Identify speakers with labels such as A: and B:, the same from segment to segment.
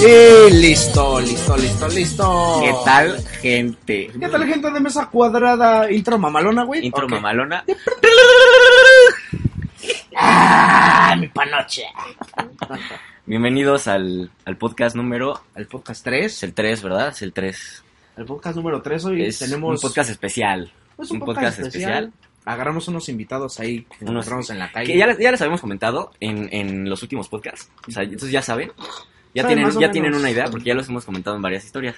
A: Y listo, listo, listo, listo.
B: ¿Qué tal, gente?
A: Oh, ¿Qué tal, gente de mesa cuadrada? Intro mamalona, güey.
B: Intro
A: Ok.
B: mamalona.
A: ¡Ah! Mi panoche.
B: Bienvenidos al, al podcast número.
A: El podcast
B: Es
A: 3.
B: el 3, ¿verdad? Es el 3.
A: El podcast número 3 hoy
B: es
A: tenemos.
B: un podcast especial.
A: es un,
B: un
A: podcast,
B: podcast
A: especial.
B: especial.
A: Agarramos unos invitados ahí que
B: Unos-
A: encontramos en la calle.
B: Que ya, les- ya les habíamos comentado en, en los últimos podcasts. O sea, entonces ya saben. Ya,
A: Saben
B: tienen,
A: más o
B: ya tienen
A: menos.
B: una idea porque ya los hemos comentado en varias historias.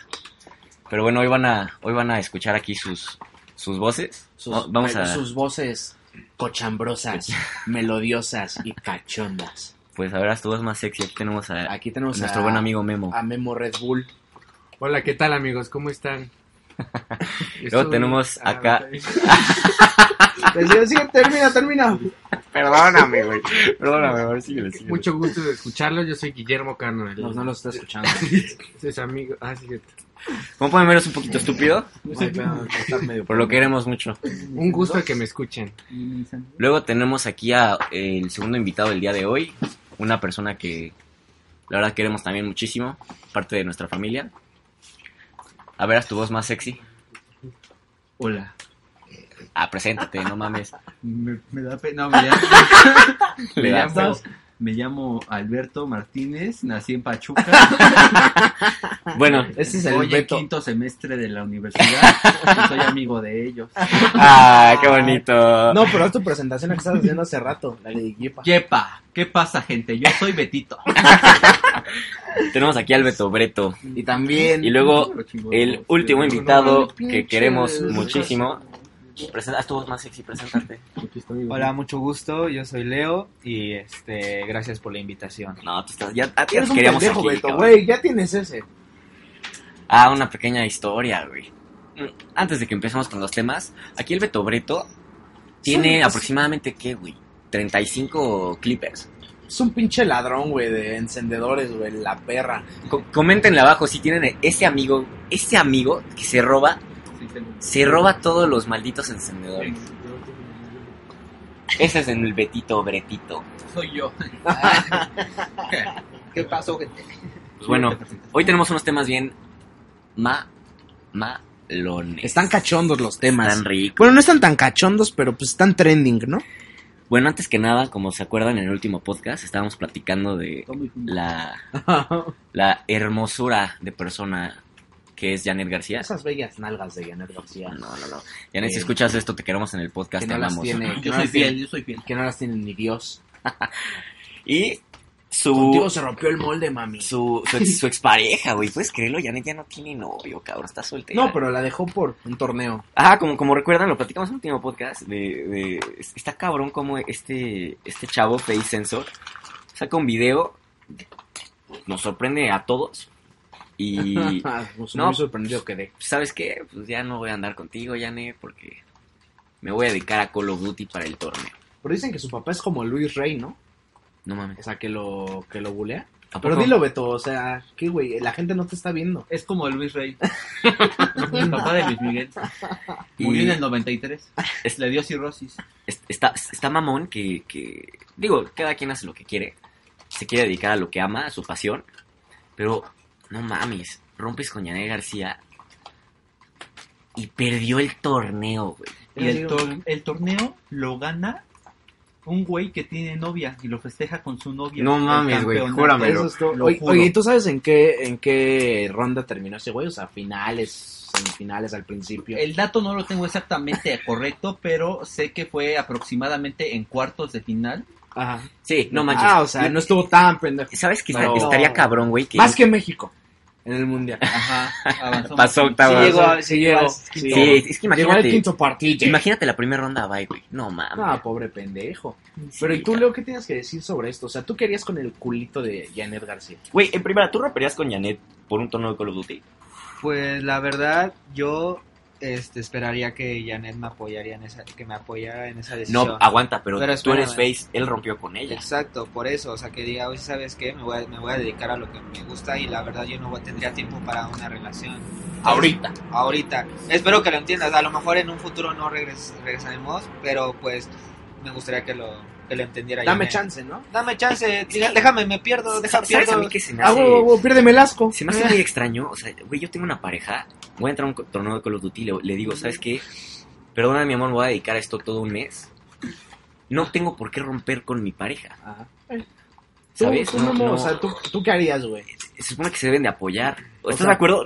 B: Pero bueno, hoy van a, hoy van a escuchar aquí sus, sus voces.
A: Sus,
B: No, vamos a.
A: sus voces cochambrosas, melodiosas y cachondas.
B: Pues a ver, haz tu voz más sexy. Aquí tenemos a,
A: Aquí tenemos
B: nuestro
A: a-
B: buen amigo Memo.
A: a Memo Red Bull.
C: Hola, ¿qué tal amigos? ¿Cómo están?
B: Luego tenemos acá-
A: Decía, sí, termina, termina.
B: Perdóname, güey. Perdóname, ahora síguele, síguele.
C: Mucho gusto de escucharlos, yo soy Guillermo Cano, el-
A: No, no lo está escuchando.
C: es amigo, ah, sí, cierto.
B: Como pueden ver, es un poquito estúpido.
A: Ay, pero está medio-
B: Por lo que queremos mucho.
C: un gusto que me escuchen.
B: Luego tenemos aquí a eh, el segundo invitado del día de hoy, una persona que la verdad queremos también muchísimo, parte de nuestra familia. A ver, haz tu voz más sexy.
D: Hola.
B: Ah, preséntate, no mames.
D: Me, me da pena. No, me llamo,
B: Le
D: me,
B: das
D: llamo,
B: dos.
D: me llamo Alberto Martínez, nací en Pachuca.
B: Bueno,
A: Ese es el
D: Voy en
A: Beto.
D: quinto semestre de la universidad y soy amigo de ellos.
B: ah, qué bonito.
A: No, pero es tu presentación la que estabas haciendo hace rato, la de Yepa.
D: Yepa, ¿qué pasa, gente? Yo soy Betito.
B: Tenemos aquí al Beto Breto.
A: Y también.
B: Y luego el último
C: no,
B: invitado
C: no,
B: que
C: pinches.
B: queremos muchísimo. Presenta, haz tu voz más sexy, preséntate.
E: Hola, mucho gusto, yo soy Leo y este gracias por la invitación.
B: No, tú estás, ya, a ti ya
A: Eres
B: te
A: un
B: queríamos
A: pendejo,
B: aquí,
A: Beto,
B: cabrón.
A: güey. Ya tienes ese.
B: Ah, una pequeña historia, güey. Antes de que empecemos con los temas, aquí el Beto Breto tiene
A: Sí, es-
B: aproximadamente, ¿qué, güey? 35 clippers.
A: Es un pinche ladrón, güey, de encendedores, güey, la perra.
B: Co- coméntenle abajo si tienen ese amigo, ese amigo que se roba, se roba todos los malditos encendedores. Ese es en el Betito Bretito.
D: Soy yo.
E: ¿Qué pasó, gente?
B: Pues bueno, hoy tenemos unos temas bien ma malones.
A: Están cachondos los temas.
B: Están ricos.
A: Bueno, no están tan cachondos, pero pues están trending, ¿no?
B: Bueno, antes que nada, como se acuerdan en el último podcast, estábamos platicando de la la hermosura de persona que es Janet García.
A: Esas bellas nalgas de Janet García.
B: No, no, no. Janet, si
A: Eh,
B: escuchas esto, te queremos en el podcast,
A: Que
B: te
A: no las
B: amamos.
A: tiene. Que
D: Yo
A: no
D: soy
A: las
D: fiel,
A: tiene,
D: yo soy fiel.
A: que no las tiene ni Dios.
B: Y
A: Contigo
B: su,
A: se rompió el molde, mami.
B: su, su, ex- su expareja, güey, puedes creerlo, Janet ya no tiene novio, cabrón, está soltera.
A: No, pero la dejó por un torneo.
B: Ah, como, como recuerdan, lo platicamos en el último podcast, de, de- está cabrón como este, este chavo Face Sensor saca un video, nos sorprende a todos, y
A: pues,
B: No.
A: Muy sorprendido quedé.
B: ¿sabes qué? Pues ya no voy a andar contigo, Yane, porque me voy a dedicar a Call of Duty para el torneo.
A: Pero dicen que su papá es como Luis Rey, ¿no?
B: No mames.
A: O sea, que lo, que lo bulea.
B: ¿A
A: Pero
B: poco?
A: dilo, Beto, o sea, ¿qué, güey? La gente no te está viendo.
D: Es como Luis Rey. El papá de Luis Miguel. Murió
B: Y
D: en el 93. Le dio cirrosis.
B: es- está, está mamón que, que- Digo, cada quien hace lo que quiere. Se quiere dedicar a lo que ama, a su pasión. Pero, no mames, rompes con Yane García y perdió el torneo, güey.
D: Y el, tor- el torneo lo gana un güey que tiene novia y lo festeja con su novia.
B: No
D: El
B: mames, güey,
D: campeonato.
B: júramelo.
A: Eso es todo.
D: Lo
A: Oye,
D: juro.
A: oye, ¿y tú sabes en qué, en qué ronda terminó ese güey? O sea, finales, semifinales al principio.
D: El dato no lo tengo exactamente correcto, pero sé que fue aproximadamente en cuartos de final.
A: Ajá.
B: Sí, no manches.
A: Ah, o sea, no estuvo tan pendejo.
B: ¿Sabes que
A: No.
B: estaría cabrón, güey? Que
A: Más que México en el mundial.
D: Ajá, avanzó.
B: pasó
D: Martín.
B: octavos.
E: Sí llegó,
A: Ah,
E: sí llegó.
A: sí
B: Sí,
A: llegó.
B: es que
A: Llegó al
B: imagínate.
A: quinto partido.
B: Imagínate la primera ronda, bye, güey. No mames.
A: Ah, pobre pendejo. Pero
B: Sí,
A: ¿y tú,
B: cabrón.
A: Leo, qué tienes que decir sobre esto? O sea, tú querías con el culito de Janet García.
B: Güey, en primera, ¿tú romperías con Janet por un torneo de Call of Duty?
E: Pues la verdad, yo este, esperaría que Janet me apoyaría en esa, que me apoyara en esa decisión.
B: No, aguanta, pero,
E: Pero
B: tú eres
E: espérame.
B: Face, él rompió con ella.
E: Exacto, por eso, o sea, que diga, oye, ¿sabes qué? Me voy, a, me voy a dedicar a lo que me gusta y la verdad yo no voy- tendría tiempo para una relación.
B: Ahorita.
E: Ahorita. Espero que lo entiendas, a lo mejor en un futuro no regres- regresaremos, pero pues me gustaría que lo, que le entendiera
A: Dame
E: Janet.
A: chance, ¿no?
E: Dame chance, diga, déjame, me pierdo, déjame
B: ¿Sabes a
E: pierdo.
B: mí que se me
A: Ah,
B: hace?
A: huevo, huevo, piérdeme el asco. Ah.
B: Se me hace muy extraño. O sea, güey, yo tengo una pareja. Voy a entrar a un co- torneo de Call of Duty. Le, le digo, ¿sabes qué? Perdona, mi amor, me voy a dedicar a esto todo un mes. No tengo por qué romper con mi pareja.
A: Ajá. Tú,
B: ¿Sabes?
A: tú,
B: No,
A: no,
B: no.
A: O sea, ¿tú, ¿tú qué harías, güey?
B: Se supone que se deben de apoyar. ¿Estás
A: sea-
B: de acuerdo?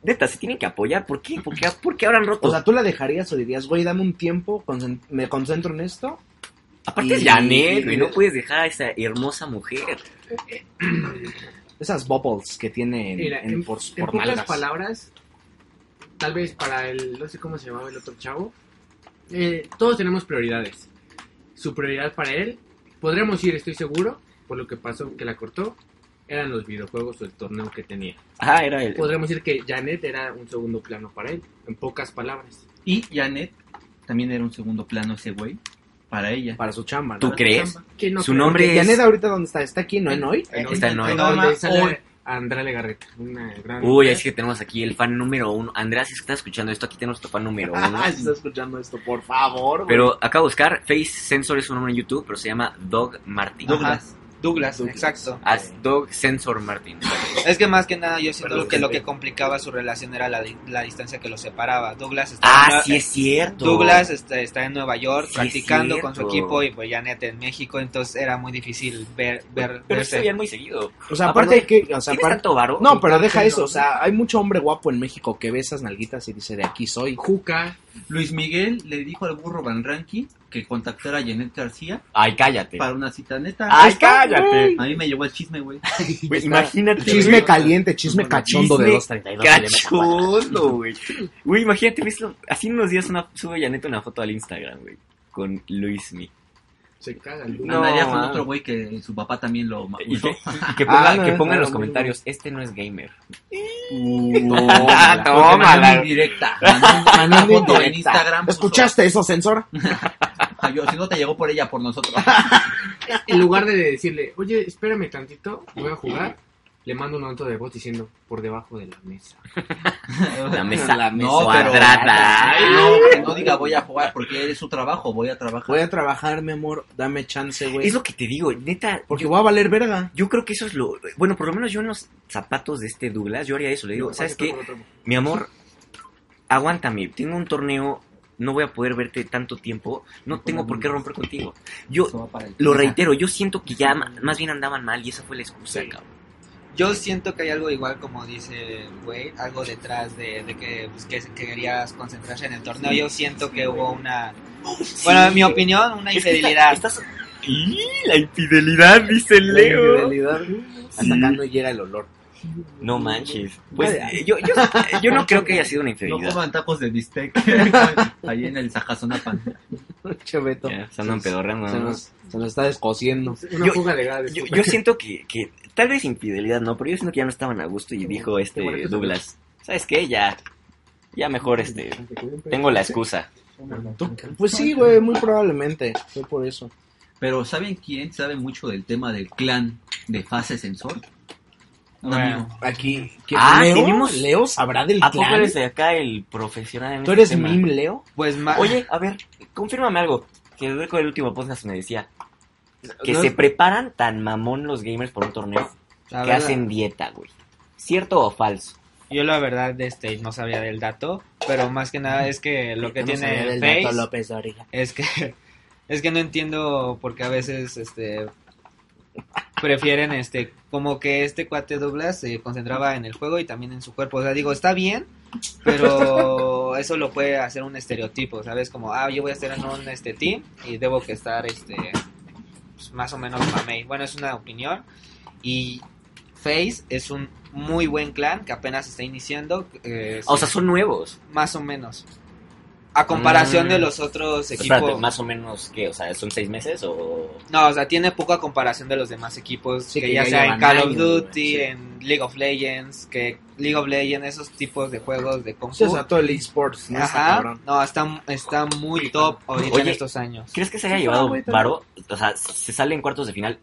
B: Neta, se tienen que apoyar. ¿Por qué? ¿Por qué, por qué habrán roto?
A: O sea, ¿tú la dejarías o dirías, güey, dame un tiempo, concen- me concentro en esto?
B: Aparte es
A: y-
B: Janet, güey.
A: y-
B: No puedes dejar a esa hermosa mujer.
A: Esas bubbles que tiene en,
C: Mira,
A: en-
C: en,
A: por,
C: en
A: por
C: pocas
A: nalgas.
C: palabras, tal vez para el, no sé cómo se llamaba el otro chavo, eh, todos tenemos prioridades. Su prioridad para él, podremos ir, estoy seguro, por lo que pasó que la cortó, eran los videojuegos o el torneo que tenía.
B: Ah, era el...
C: Podremos decir que Janet era un segundo plano para él, en pocas palabras.
D: Y Janet también era un segundo plano ese güey para ella.
A: Para su chamba, ¿no?
B: ¿Tú
D: su
B: crees?
D: chamba.
C: Que no
B: Su
C: creo
B: nombre
A: Porque
B: es...
A: Janet ahorita dónde está? ¿Está aquí, no en hoy?
C: que-
B: Está en
C: No,
B: Noé.
C: donde sale
D: Hoy.
C: Andrea Legarreta, una gran...
B: Uy, así que tenemos aquí el fan número uno. Andrés, si estás escuchando esto, aquí tenemos tu fan número uno.
A: Ah, si está escuchando esto, por favor, güey.
B: Pero acabo de buscar, Face Sensor es un nombre en YouTube, pero se llama Dog Martin.
E: Douglas. Douglas,
A: Douglas.
E: exacto.
B: As Dog Sensor Martin.
E: Es que más que nada yo siento
A: Perdón,
E: que lo
A: gente.
E: que complicaba su relación era la, di- la distancia que los separaba. Douglas está, en,
B: Ah,
E: Nue-
B: sí es cierto.
E: Douglas está, está en Nueva York
B: Sí,
E: practicando
B: cierto.
E: con su equipo y pues Janet en México, entonces era muy difícil ver, ver
B: Pero se
E: verse.
B: veían muy seguido.
A: O sea, aparte que... O sea,
B: ¿Tienes
A: aparte-
B: tanto varo?
A: No, pero deja eso. O sea, hay mucho hombre guapo en México que ve esas nalguitas y dice, de aquí soy.
C: Juca,
D: Luis Miguel le dijo al burro Van Ranking que contactara a Janet García
B: Ay, cállate.
D: para una cita neta.
B: Ay,
A: Está,
B: cállate.
D: A mí me llegó el chisme, güey.
B: Güey, imagínate.
A: Chisme
B: güey.
A: caliente, chisme cachondo de
B: Chisme
A: 232.
B: Cachondo, güey. Güey, imagínate, ¿ves lo- hace unos días una, sube Janet una foto al Instagram, güey, con Luismi.
C: se caga.
B: No,
D: Andaría con
B: man.
D: otro güey que su papá también lo ma-
B: Y
D: usó.
B: que, y que ponga,
A: Ah, no,
B: que ponga en
A: no,
B: los
A: no,
B: comentarios, este no es gamer.
A: Tómala.
D: Porque mandó
B: Mm, Tómala.
D: en directa. Mandó- mandó
A: Mandó
D: una foto en
A: indirecta.
D: Instagram. puso,
A: ¿Escuchaste eso, censor?
D: "Ay, yo, Si no te llegó por ella, por nosotros.
C: En lugar de decirle, oye, espérame tantito, voy a jugar, le mando un auto de voz diciendo, por debajo de la mesa.
B: La mesa,
A: La mesa
B: no,
D: pero-
B: cuadrada.
D: Ay, no, que no diga voy a jugar porque es su trabajo, voy a trabajar.
A: Voy a trabajar, mi amor. Dame chance, güey.
B: Es lo que te digo, neta.
A: Porque voy a valer verga.
B: Yo creo que eso es lo. Bueno, por lo menos yo en los zapatos de este Douglas, yo haría eso. Le digo,
C: No,
B: ¿sabes
C: pásate
B: qué?
C: por otro.
B: Mi amor, aguántame. Tengo un torneo, no voy a poder verte tanto tiempo. No tengo por qué romper contigo. Yo
D: Eso va para el-
B: lo reitero, yo siento que ya ma- más bien andaban mal y esa fue la excusa,
C: Sí.
B: cabrón.
E: Yo siento que hay algo igual como dice el güey, algo detrás de, de que, pues, que que querías concentrarse en el torneo. Yo siento que hubo una, bueno, en mi opinión, una
B: Es que está-
E: infidelidad.
B: estás- ¡Y! La infidelidad, dice Leo.
A: Hasta acá no llega el olor.
B: No manches. Pues
A: Vaya.
B: eh, yo, yo, yo no creo que haya sido una
D: No
B: infidelidad.
D: coman tacos de bistec ahí en el Sajazonapan.
A: Che, Beto.
B: Ya, se andan pedorreando,
A: Se
B: ¿no?
A: nos, se nos está descosiendo.
C: Una
B: Yo-
C: fuga de gas.
B: Yo, yo siento que, que tal vez infidelidad no, pero yo siento que ya no estaban a gusto y dijo este
C: bueno que se-
B: Douglas, ¿sabes qué? Ya, ya mejor este, tengo la excusa.
A: ¿Tú? Pues sí, güey, muy probablemente. Fue por eso.
D: Pero ¿saben quién sabe mucho del tema del clan de fase sensor? Un
E: Bueno.
D: amigo.
A: Aquí.
B: Ah,
A: Leo,
B: tenemos-
A: Leo sabrá del
B: ¿A poco
A: clan.
B: eres de acá el profesional en
A: ¿Tú
B: este
A: eres
B: tema?
A: meme, Leo?
E: Pues más,
B: Oye, a ver, confírmame algo, que desde el último podcast me decía que
A: No,
B: se preparan tan mamón los gamers por un torneo
E: la
B: que
E: verdad,
B: hacen dieta, güey. ¿Cierto o falso?
E: yo la verdad este no sabía del dato, pero más que nada es que lo que
A: no sabía
E: tiene
A: del
E: Face
A: dato López Dóriga.
E: es que es que no entiendo porque a veces este prefieren este como que este cuate Douglas se concentraba en el juego y también en su cuerpo o sea digo está bien pero eso lo puede hacer un estereotipo sabes como ah yo voy a estar en un este team y debo que estar este pues, más o menos mamey bueno es una opinión y Face es un muy buen clan que apenas está iniciando eh,
B: O sea, son nuevos.
E: más o menos a comparación
B: Mm.
E: de los otros equipos
B: Espérate, más o menos, ¿qué? O sea, ¿son seis meses o...?
E: no, o sea, tiene poca comparación de los demás equipos,
A: Sí,
E: que,
A: que
E: ya
A: ya
E: sea en
A: llevan
E: Call of
A: años, güey,
E: Duty,
A: sí.
E: en League of Legends, que League of Legends, esos tipos de juegos de Kung
A: Sí,
E: Fu.
A: o sea, todo el esports, ¿no? Está
E: Ajá.
A: cabrón.
E: No, está, está muy top ahorita en
B: Oye.
E: estos años.
B: ¿Crees que se haya
A: Sí,
B: llevado
A: güey, también.
B: varo? O sea, se sale en cuartos de final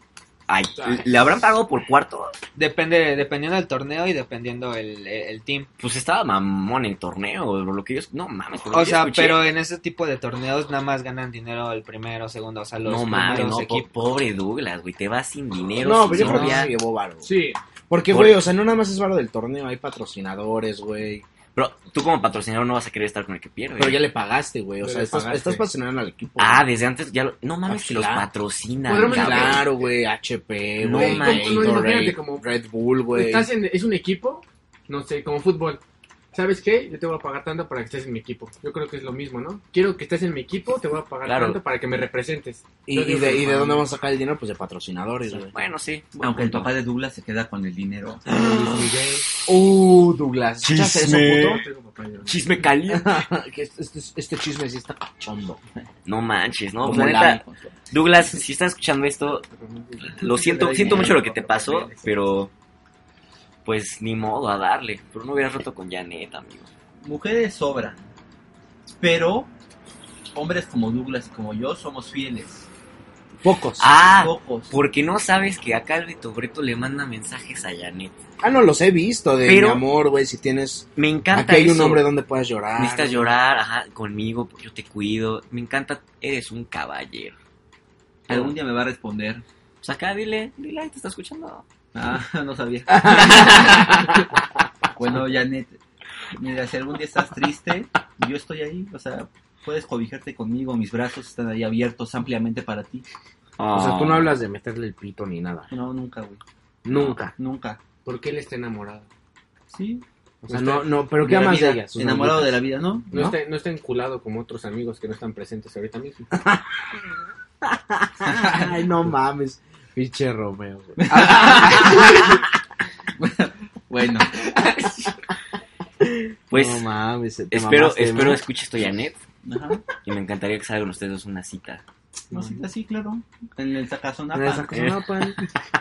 B: Ay, ¿le habrán pagado por cuarto?
E: Depende, dependiendo del torneo y dependiendo el, el- el team.
B: Pues estaba mamón el torneo, por lo que yo... No mames, por lo
E: O
B: que yo
E: sea,
B: escuché.
E: pero en ese tipo de torneos nada más ganan dinero el primero, segundo, o sea, los
B: No mames,
E: primeros
B: no, po-
E: equipos.
B: pobre Douglas, güey, te vas sin dinero,
A: No,
B: sin
A: pero yo creo que sí
B: novia.
A: se llevó varo.
C: Sí,
A: Porque,
B: Por-
A: güey, o sea, no nada más es varo del torneo, hay patrocinadores, güey.
B: Pero tú como patrocinador no vas a querer estar con el que pierde.
A: Pero ya le pagaste, güey. O
C: Ya
A: sea,
C: le
A: estás,
C: pagaste.
A: estás patrocinando al equipo.
B: Ah,
A: güey.
B: desde antes ya lo... No mames,
A: Ah,
B: que los
A: claro.
B: patrocinan,
C: Podremos
B: cabrón.
A: Claro, güey, HP,
B: pues, No,
A: güey,
B: como- no,
A: Gatorade,
C: imagínate como-
A: Red Bull, güey.
C: estás en, es un equipo, no sé, como fútbol. ¿Sabes qué? Yo te voy a pagar tanto para que estés en mi equipo. Yo creo que es lo mismo, ¿no? Quiero que estés en mi equipo, te voy a pagar
B: Claro.
C: tanto para que me representes.
A: ¿Y,
C: Yo
A: y
C: digo
A: de,
C: que
A: y de
C: no.
A: dónde vamos a sacar el dinero? Pues de patrocinadores, güey.
B: Bueno, sí. buen
D: Aunque el
B: punto.
D: papá de Douglas se queda con el dinero.
C: Luis Miguel,
A: Uh, Douglas, ¿escuchaste eso,
C: no
A: puto?
C: tengo papá, yo.
B: Chisme caliente.
A: Que este, este- este chisme sí está cachondo.
B: No manches, no.
D: Pues
A: Como
B: la
A: la-
B: neta, Douglas, si estás escuchando esto, lo siento, siento mucho lo que te pasó, pero pues ni modo a darle. Pero no hubieras roto con Janet, amigo.
D: Mujeres sobran, pero hombres como Douglas y como yo somos fieles.
A: Pocos. Ah.
B: Ah,
D: Pocos.
B: porque no sabes que acá el Beto Breto le manda mensajes a Janet.
A: Ah, no, los he visto de
B: Pero-
A: mi amor, güey, si tienes...
B: Me encanta
A: Aquí hay un
B: eso. Ah,
A: hombre donde puedas llorar.
B: Necesitas llorar, ajá, conmigo, yo te cuido. Me encanta, eres un caballero.
D: Algún día me va a responder.
B: Pues acá dile, dile, "Ay, te está escuchando.
D: Ah, no sabía. bueno, Janet, mira, si algún día estás triste, yo estoy ahí. O sea, puedes cobijarte conmigo. Mis brazos están ahí abiertos ampliamente para ti.
A: O sea, tú no hablas de meterle el pito ni nada.
D: No, nunca, güey.
A: Nunca.
D: Nunca.
C: ¿Por qué él está enamorado?
D: Sí.
A: O sea,
C: Usted-
A: no, no, pero ¿qué
D: De la
A: amas de
D: vida,
A: ella? Sus
D: Enamorado de
A: amiguitas.
D: la vida, ¿no?
C: No,
A: ¿No?
C: Está, no está enculado como otros amigos que no están presentes ahorita mismo.
A: Ah, Ay, no mames. Pinche Romeo, güey.
D: Bueno,
B: Pues
A: no mames. te
B: espero,
A: mamaste,
B: espero
A: ¿no?
B: escuches esto, Janet.
D: ajá.
B: Y me encantaría que salgan ustedes dos una cita.
D: No, sí, sí, claro. En el Sacazonapa.
A: Una, saca-
B: Eh.
A: una pan-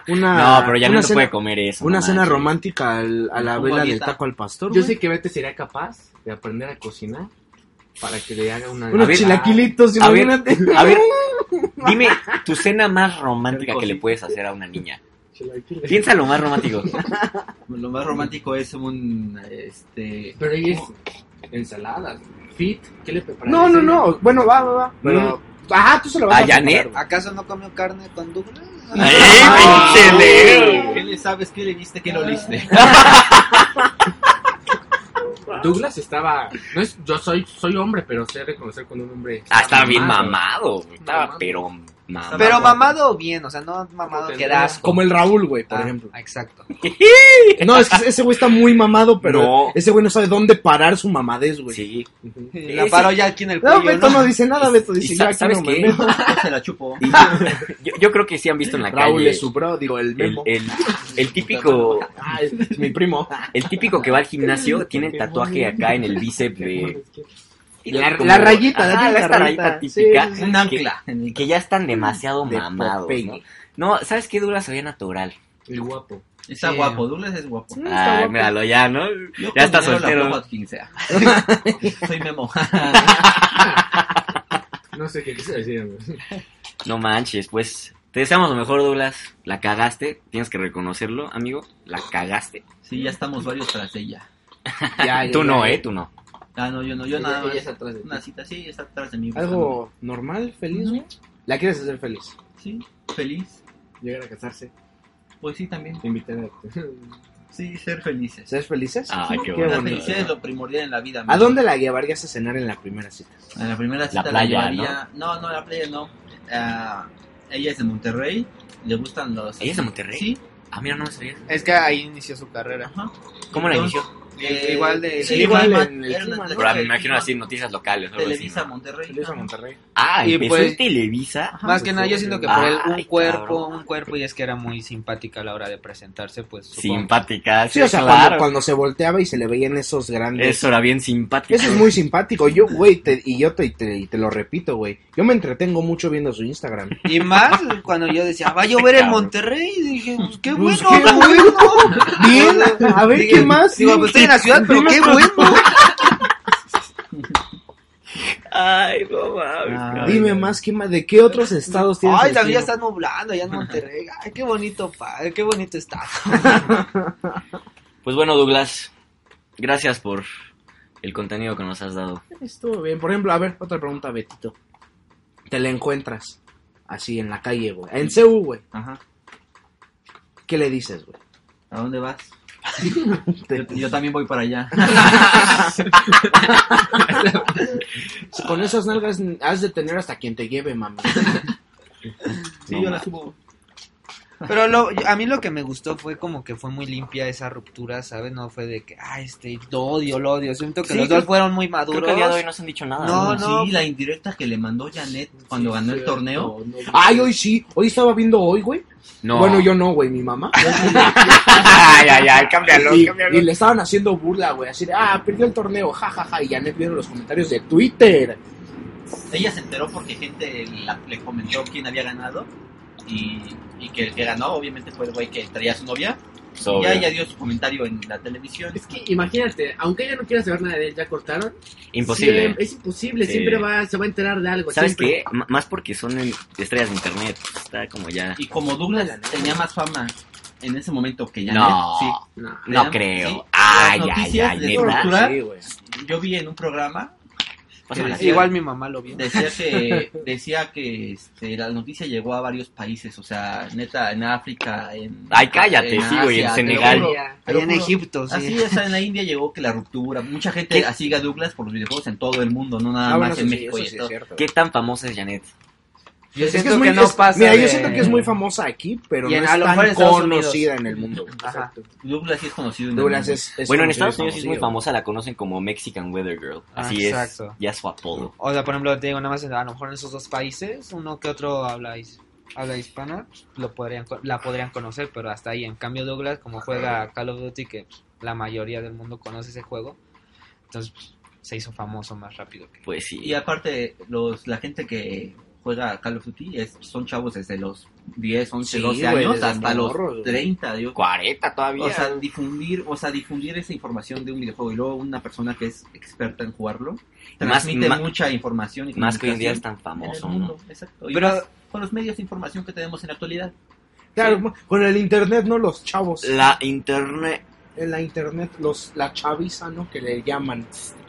A: una-
B: No, pero ya
A: Ah, una
B: no se
A: cena-
B: puede comer eso.
A: Una
B: no
A: cena
B: manches.
A: romántica al- a la
D: Un
A: vela del
D: bonita.
A: taco al pastor.
C: Yo
A: güey.
C: sé que Bete sería capaz de aprender a cocinar para que le haga una...
A: Unos
B: ver,
A: chilaquilitos,
B: a ver.
A: imagínate.
B: A ver, dime tu cena más romántica
D: Rico,
B: que le
D: sí.
B: puedes hacer a una niña.
C: Chilaquiles.
B: Piensa lo más romántico.
D: Lo más romántico es un. Este.
C: Pero ella es ensalada, fit, ¿qué le preparas?
A: No, no, no. Bueno, va, va, va. Pero. Ajá, tú se lo vas
B: ¿A
A: a preparar,
B: Janet?
A: güey.
E: ¿Acaso no comió carne con Douglas?
B: ¡Ay, pinche Leo!
D: ¿Qué le sabes? ¿Qué le viste? ¿Qué lo viste?
C: Douglas estaba... No es, yo soy, soy hombre, pero sé reconocer cuando un hombre...
B: Ah, estaba bien
C: mamado.
B: mamado. güey. Estaba
C: Mamado.
B: pero mamado.
E: Pero mamado bien, o sea, no mamado
C: Como
E: que
C: que
E: da asco.
A: Como el Raúl, güey, por
E: Ah,
A: ejemplo.
E: Exacto.
A: No, es que ese güey está muy mamado, pero
B: No.
A: ese güey no sabe dónde parar su mamadez, güey.
B: Sí.
C: Ujú.
E: La paró ya aquí en el cuello,
A: No, Beto no,
E: ¿no?
A: dice nada, Beto dice,
B: ¿Y
A: yo
B: sa-
A: aquí
B: sabes
A: no me
B: qué?
A: meto.
D: Yo se la chupo.
B: Y- yo, yo creo que sí han visto en la
A: Raúl
B: calle
A: es su bro, digo, el
B: el,
A: memo.
B: el- el típico
A: Ah, es, es mi primo.
B: el típico que va al gimnasio tiene el tatuaje acá en el bíceps de
A: La,
B: como-
A: la rayita,
B: Ajá,
A: la,
B: la
A: típica
B: esta rayita típica
A: Sí, sí, sí.
D: Un ancla.
B: que, que ya están demasiado
A: De
B: mamados
A: Popeye.
B: ¿no? No, sabes qué dura sabía natural
C: El guapo.
D: Está
E: Sí.
D: guapo, Douglas es guapo.
A: Mm, está
B: Ah,
A: guapo.
B: míralo ya, ¿no?
D: Yo
B: Ya está
D: considero
B: soltero.
D: la Blue Hot 15. Soy Memo.
C: No sé qué quise decir, amigo.
B: No manches, pues te deseamos lo mejor, Douglas. La cagaste, tienes que reconocerlo, amigo. La cagaste.
D: Sí, ya estamos varios tras ella.
A: Ya, ya,
B: Tú
A: ya,
B: no,
A: ya.
B: ¿eh? Tú no.
D: Ah, no, yo no, yo
E: Ella-
D: nada.
E: ella
D: más.
E: está atrás de ti.
D: Una cita, sí, está atrás de mí. buscándome.
A: ¿Algo normal, feliz, güey? ¿La quieres hacer feliz?
D: Sí, feliz.
C: Llegar a casarse,
D: Pues sí, también.
C: invitar a...
D: Sí, ser felices.
A: ¿Ser felices?
B: Ay, qué
A: bueno.
D: La felicidad es lo primordial en la vida.
A: ¿A
D: amigo.
A: dónde la llevarías a cenar en la primera cita?
D: En la primera cita
B: La playa,
D: llevaría- ¿no? no, la playa no. Ah, ella es de Monterrey, le gustan los...
B: ¿Ella es de Monterrey?
D: Sí.
B: Ah, mira, no me sabía.
E: Es que ahí inició su carrera.
D: Ajá.
B: ¿Cómo la inició?
E: Eh, igual de-
A: sí, igual
D: Clima,
A: en el
D: era una-
A: clima, ¿no?
B: Pero me imagino así, noticias locales. algo así,
D: Televisa
B: ¿no?
D: Monterrey.
A: Feliz a
D: ajá.
A: Monterrey.
B: Ah,
E: Y
B: empezó
E: pues-
B: en Televisa.
E: Más que nada, yo siento que por
B: Pues Ay,
E: él un cuerpo,
B: cabrón.
E: un cuerpo, y es que era muy simpática a la hora de presentarse, pues supongo.
B: Simpática.
A: Ah, Sí, o sea,
B: claro.
A: cuando, cuando se volteaba y se le veían esos grandes...
B: Eso era bien simpática.
A: Eso es muy simpático. Yo, güey, te- y yo te, te- y te lo repito, güey. Yo me entretengo mucho viendo su Instagram.
E: Y más cuando yo decía, va a llover en
B: Este Cabrón.
E: Monterrey, y dije, pues qué
A: Pues,
E: bueno, pues,
A: qué
E: qué bueno.
A: Bien, a ver,
E: Dije,
A: ¿qué más?
E: Digo, pues estoy en la ciudad, pero qué bueno.
B: Ay, no mames.
D: Ah,
B: cabrón.
A: Dime más, ¿qué más- ¿de qué otros estados tienes?
E: Ay, también ya
A: destino?
E: están nublando allá en Monterrey. Ay, qué bonito, pa, qué bonito está.
B: Pues bueno, Douglas, gracias por el contenido que nos has dado.
A: Estuvo bien. Por ejemplo, a ver, otra pregunta, Betito. Te la encuentras así en la calle, güey. En CU, güey.
D: Ajá.
A: ¿Qué le dices, güey?
D: ¿A dónde vas? Yo, yo también voy para allá.
A: Con
E: "Ah".
A: esas nalgas has de tener hasta quien te lleve, mami.
D: Sí,
B: No
D: yo la
B: mames.
D: subo.
E: Pero lo- a mí lo que me gustó fue como que fue muy limpia esa ruptura, ¿sabes? No fue de que, ay, este, lo odio, lo odio. Siento que
B: Sí,
E: los
B: creo-
E: dos fueron muy
B: Creo
E: maduros.
B: que el día de hoy no se han dicho
A: Ah,
B: nada.
E: No,
B: No,
E: no.
D: Sí, la indirecta que le mandó Janet cuando ganó el torneo.
A: Ay, hoy sí. Hoy estaba viendo hoy, güey.
B: No.
A: Bueno, yo no, güey, mi mamá.
B: ay, ay, ay, cámbialo,
A: Y,
B: cámbialo.
A: y le estaban haciendo burla, güey. Así de, ah, perdió el torneo, jajaja. Y Janet vieron los comentarios de Twitter.
D: Ella se enteró porque gente la- le comentó quién había ganado y, y que el que ganó obviamente fue el güey que traía a su novia. Y
B: Sobre.
D: ya ella dio su comentario en la televisión.
C: Es que imagínate, aunque ella no quiera saber nada de él, ya cortaron.
B: Imposible.
C: Siem- es imposible,
B: Sí.
C: siempre va, se va a enterar de algo.
B: ¿Sabes
C: siempre.
B: qué? M- más porque son en- estrellas de internet. Está como ya.
D: Y como Douglas tenía más fama en ese momento que Janet,
B: No.
D: sí.
C: No.
B: No
D: Vean,
B: creo.
D: sí,
B: Ay,
D: las
B: ay,
D: noticias
B: ay,
D: de
B: ¿neta?
D: tortura. ¿Verdad?
A: Sí, güey.
E: Ah,
D: yo vi en un programa
B: Pásame la-
D: Sí.
E: Igual mi mamá lo vio.
D: decía que decía que este, la noticia llegó a varios países, o sea, neta en África, en
B: Ay, cállate,
D: en
B: sí, güey, en
D: Asia, te lo
B: Senegal.
D: juro, te lo
E: Allá en
D: juro.
E: Egipto, sí.
D: Así, o sea, en la India llegó que la ruptura, mucha gente
B: ¿Qué?
D: sigue a Douglas por los videojuegos en todo el mundo, no nada
A: Ah, bueno,
D: más
A: eso
D: en
A: sí,
D: México
A: eso
D: y
A: sí es
D: todo.
A: cierto.
B: ¿Qué tan famosa es Janet?
E: Yo
A: Es que
E: siento
A: es
E: que,
A: muy-
E: no
A: es-
E: pasa.
A: Mira, yo
E: de- Mm.
A: siento que es muy famosa aquí, pero
E: Y en-
A: no
E: a lo mejor en
A: es tan
E: Estados Unidos.
A: conocida en el mundo. güey.
E: Ajá.
A: Exacto.
D: Douglas sí es conocido. en el
A: Douglas
D: mundo.
A: es, es
B: bueno, en
A: conocido,
B: Estados Unidos es muy
A: conocido.
B: famosa, la conocen como Mexican Weather Girl.
E: Ah,
B: Así es.
E: exacto.
B: Ya es su apodo.
E: O sea, por ejemplo, te digo, nada más a lo mejor en esos dos países, uno que otro habla, his- habla hispana, lo podrían, co- la podrían conocer, pero hasta ahí. En cambio, Douglas, como juega Call of Duty, que pues, la mayoría del mundo conoce ese juego, entonces pues, se hizo famoso más rápido que...
B: Pues sí.
D: Y aparte, los, la gente que juega Call of Duty es, son chavos desde los 10, 11,
A: Sí,
D: 12
A: güey,
D: años
A: desde
D: hasta los
A: morros, güey.
D: 30, digo.
B: 40 todavía.
D: O sea, difundir, o sea, difundir esa información de un videojuego y luego una persona que es experta en jugarlo transmite
B: más-
D: mucha información y
B: más que hoy en día es
D: comunicación
B: tan famoso,
D: en el mundo,
B: ¿no?
D: exacto. Y
E: Pero-
D: más con los medios de información que tenemos en la actualidad.
A: Claro, mo- con el internet, no los chavos.
E: Eh.
B: La internet.
A: En la internet, los la chaviza, ¿no? Que le llaman.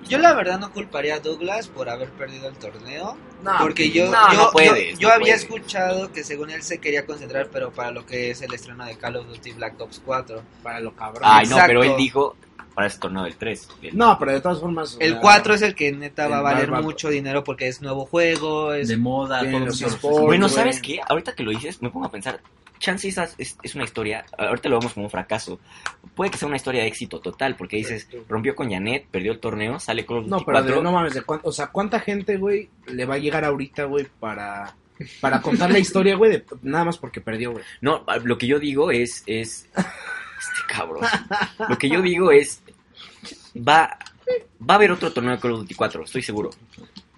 E: Yo la verdad no culparía a Douglas por haber perdido el torneo, porque yo,
B: no,
E: yo,
B: no
E: yo-
B: puedes,
E: yo,
B: no
E: había
B: puedes.
E: escuchado que según él se quería concentrar, pero para lo que es el estreno de Call of Duty Black Ops 4.
A: Para lo cabrón.
B: Ay, no,
E: Exacto.
B: pero él dijo para este torneo del 3.
A: No, pero de todas formas. o
E: El
A: sea,
E: 4 es el que neta va a
A: el
E: valer
A: Barbaro.
E: mucho dinero porque es nuevo juego, es
D: de moda,
A: en
D: todo
A: los
D: eso.
A: esports.
B: Bueno,
A: güey.
B: ¿sabes qué? Ahorita que lo dices, me pongo a pensar. Chance esa es, es una historia. Ahorita lo vemos como un fracaso. Puede que sea una historia de éxito total, porque dices, rompió con Janet, perdió el torneo, sale con los
A: No, pero de- no mames, de cuán- o sea, ¿cuánta gente, güey, le va a llegar ahorita, güey, para, para contar la historia, güey, de- nada más porque perdió, güey?
B: No, a- lo que yo digo es, es, este cabrón, lo que yo digo es, va, va a haber otro torneo de Call of Duty 4, estoy seguro.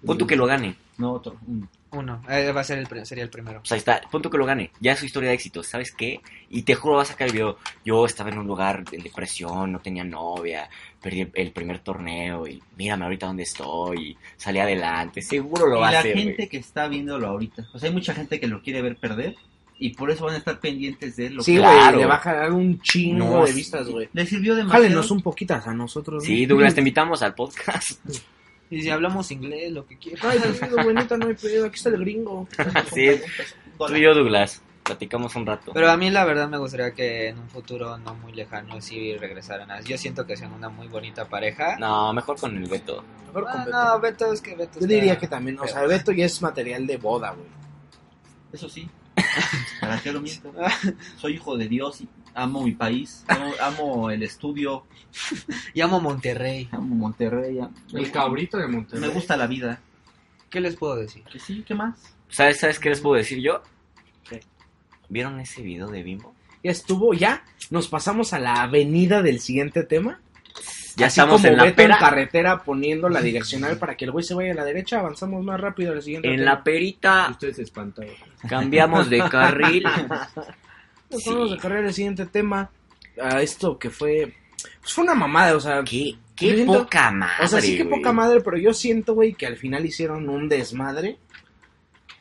B: Pon tú que lo gane,
D: No, otro. mm.
E: Uno, eh, va a ser el, pri- sería el primero.
B: o sea, está, pon tú que lo gane, ya es su historia de éxito, ¿sabes qué? Y te juro, va a sacar el video, yo estaba en un lugar en depresión, no tenía novia, perdí el, el primer torneo y mírame ahorita dónde estoy, y salí adelante, seguro lo
D: y
B: va a
D: la
B: hacer,
D: gente
B: güey.
D: que está viéndolo ahorita. O sea, hay mucha gente que lo quiere ver perder y por eso van a estar pendientes de él. Lo
A: Sí,
D: que-
A: güey,
B: claro.
A: le va a jalar un chingo
B: No,
A: de
B: sí.
A: vistas, güey.
D: Le sirvió demasiado.
A: Jálenos un poquitas a nosotros,
B: Sí, Douglas, te invitamos al podcast,
E: Y si hablamos inglés, lo que quieras.
A: Ay, Dios mío, bonita, no hay pedo, aquí está el gringo.
B: sí,
A: pues,
B: tú y yo, Douglas, platicamos un rato.
E: Pero a mí la verdad me gustaría que en un futuro no muy lejano sí regresaran. a- Yo siento que sean una muy bonita pareja.
B: No, mejor con el Beto.
A: Mejor
E: Ah,
A: con Beto.
E: no, Beto es que
A: Yo
E: Beto está-
A: diría que también, o sea, Beto ya es material de boda, güey.
D: Eso sí. ¿Para qué lo miento? Soy hijo de Dios y amo mi país. Amo, amo el estudio.
E: Llamo Monterrey.
D: Amo Monterrey. amo-
C: El cabrito de Monterrey.
D: Me gusta la vida.
E: ¿Qué les puedo decir?
D: Que sí, ¿qué más?
B: ¿Sabes, ¿Sabes qué les puedo decir yo?
A: ¿Qué?
B: ¿Vieron ese video de Bimbo?
A: Ya estuvo, ya nos pasamos a la avenida del siguiente tema.
B: Ya
A: Así
B: estamos
A: como
B: en la
A: Beto en
B: pera.
A: carretera poniendo la direccional para que el güey se vaya a la derecha, avanzamos más rápido al siguiente
B: En
A: tema.
B: la perita
C: Ustedes se espantaron.
B: cambiamos de carril.
A: Nos
B: Sí.
A: vamos a cargar el siguiente tema a esto que pues fue. Pues fue una mamada, o sea.
B: ¿Qué? Qué
A: Yo siento-
B: poca madre.
A: O sea, sí que
B: güey.
A: poca madre, pero yo siento, güey, que al final hicieron un desmadre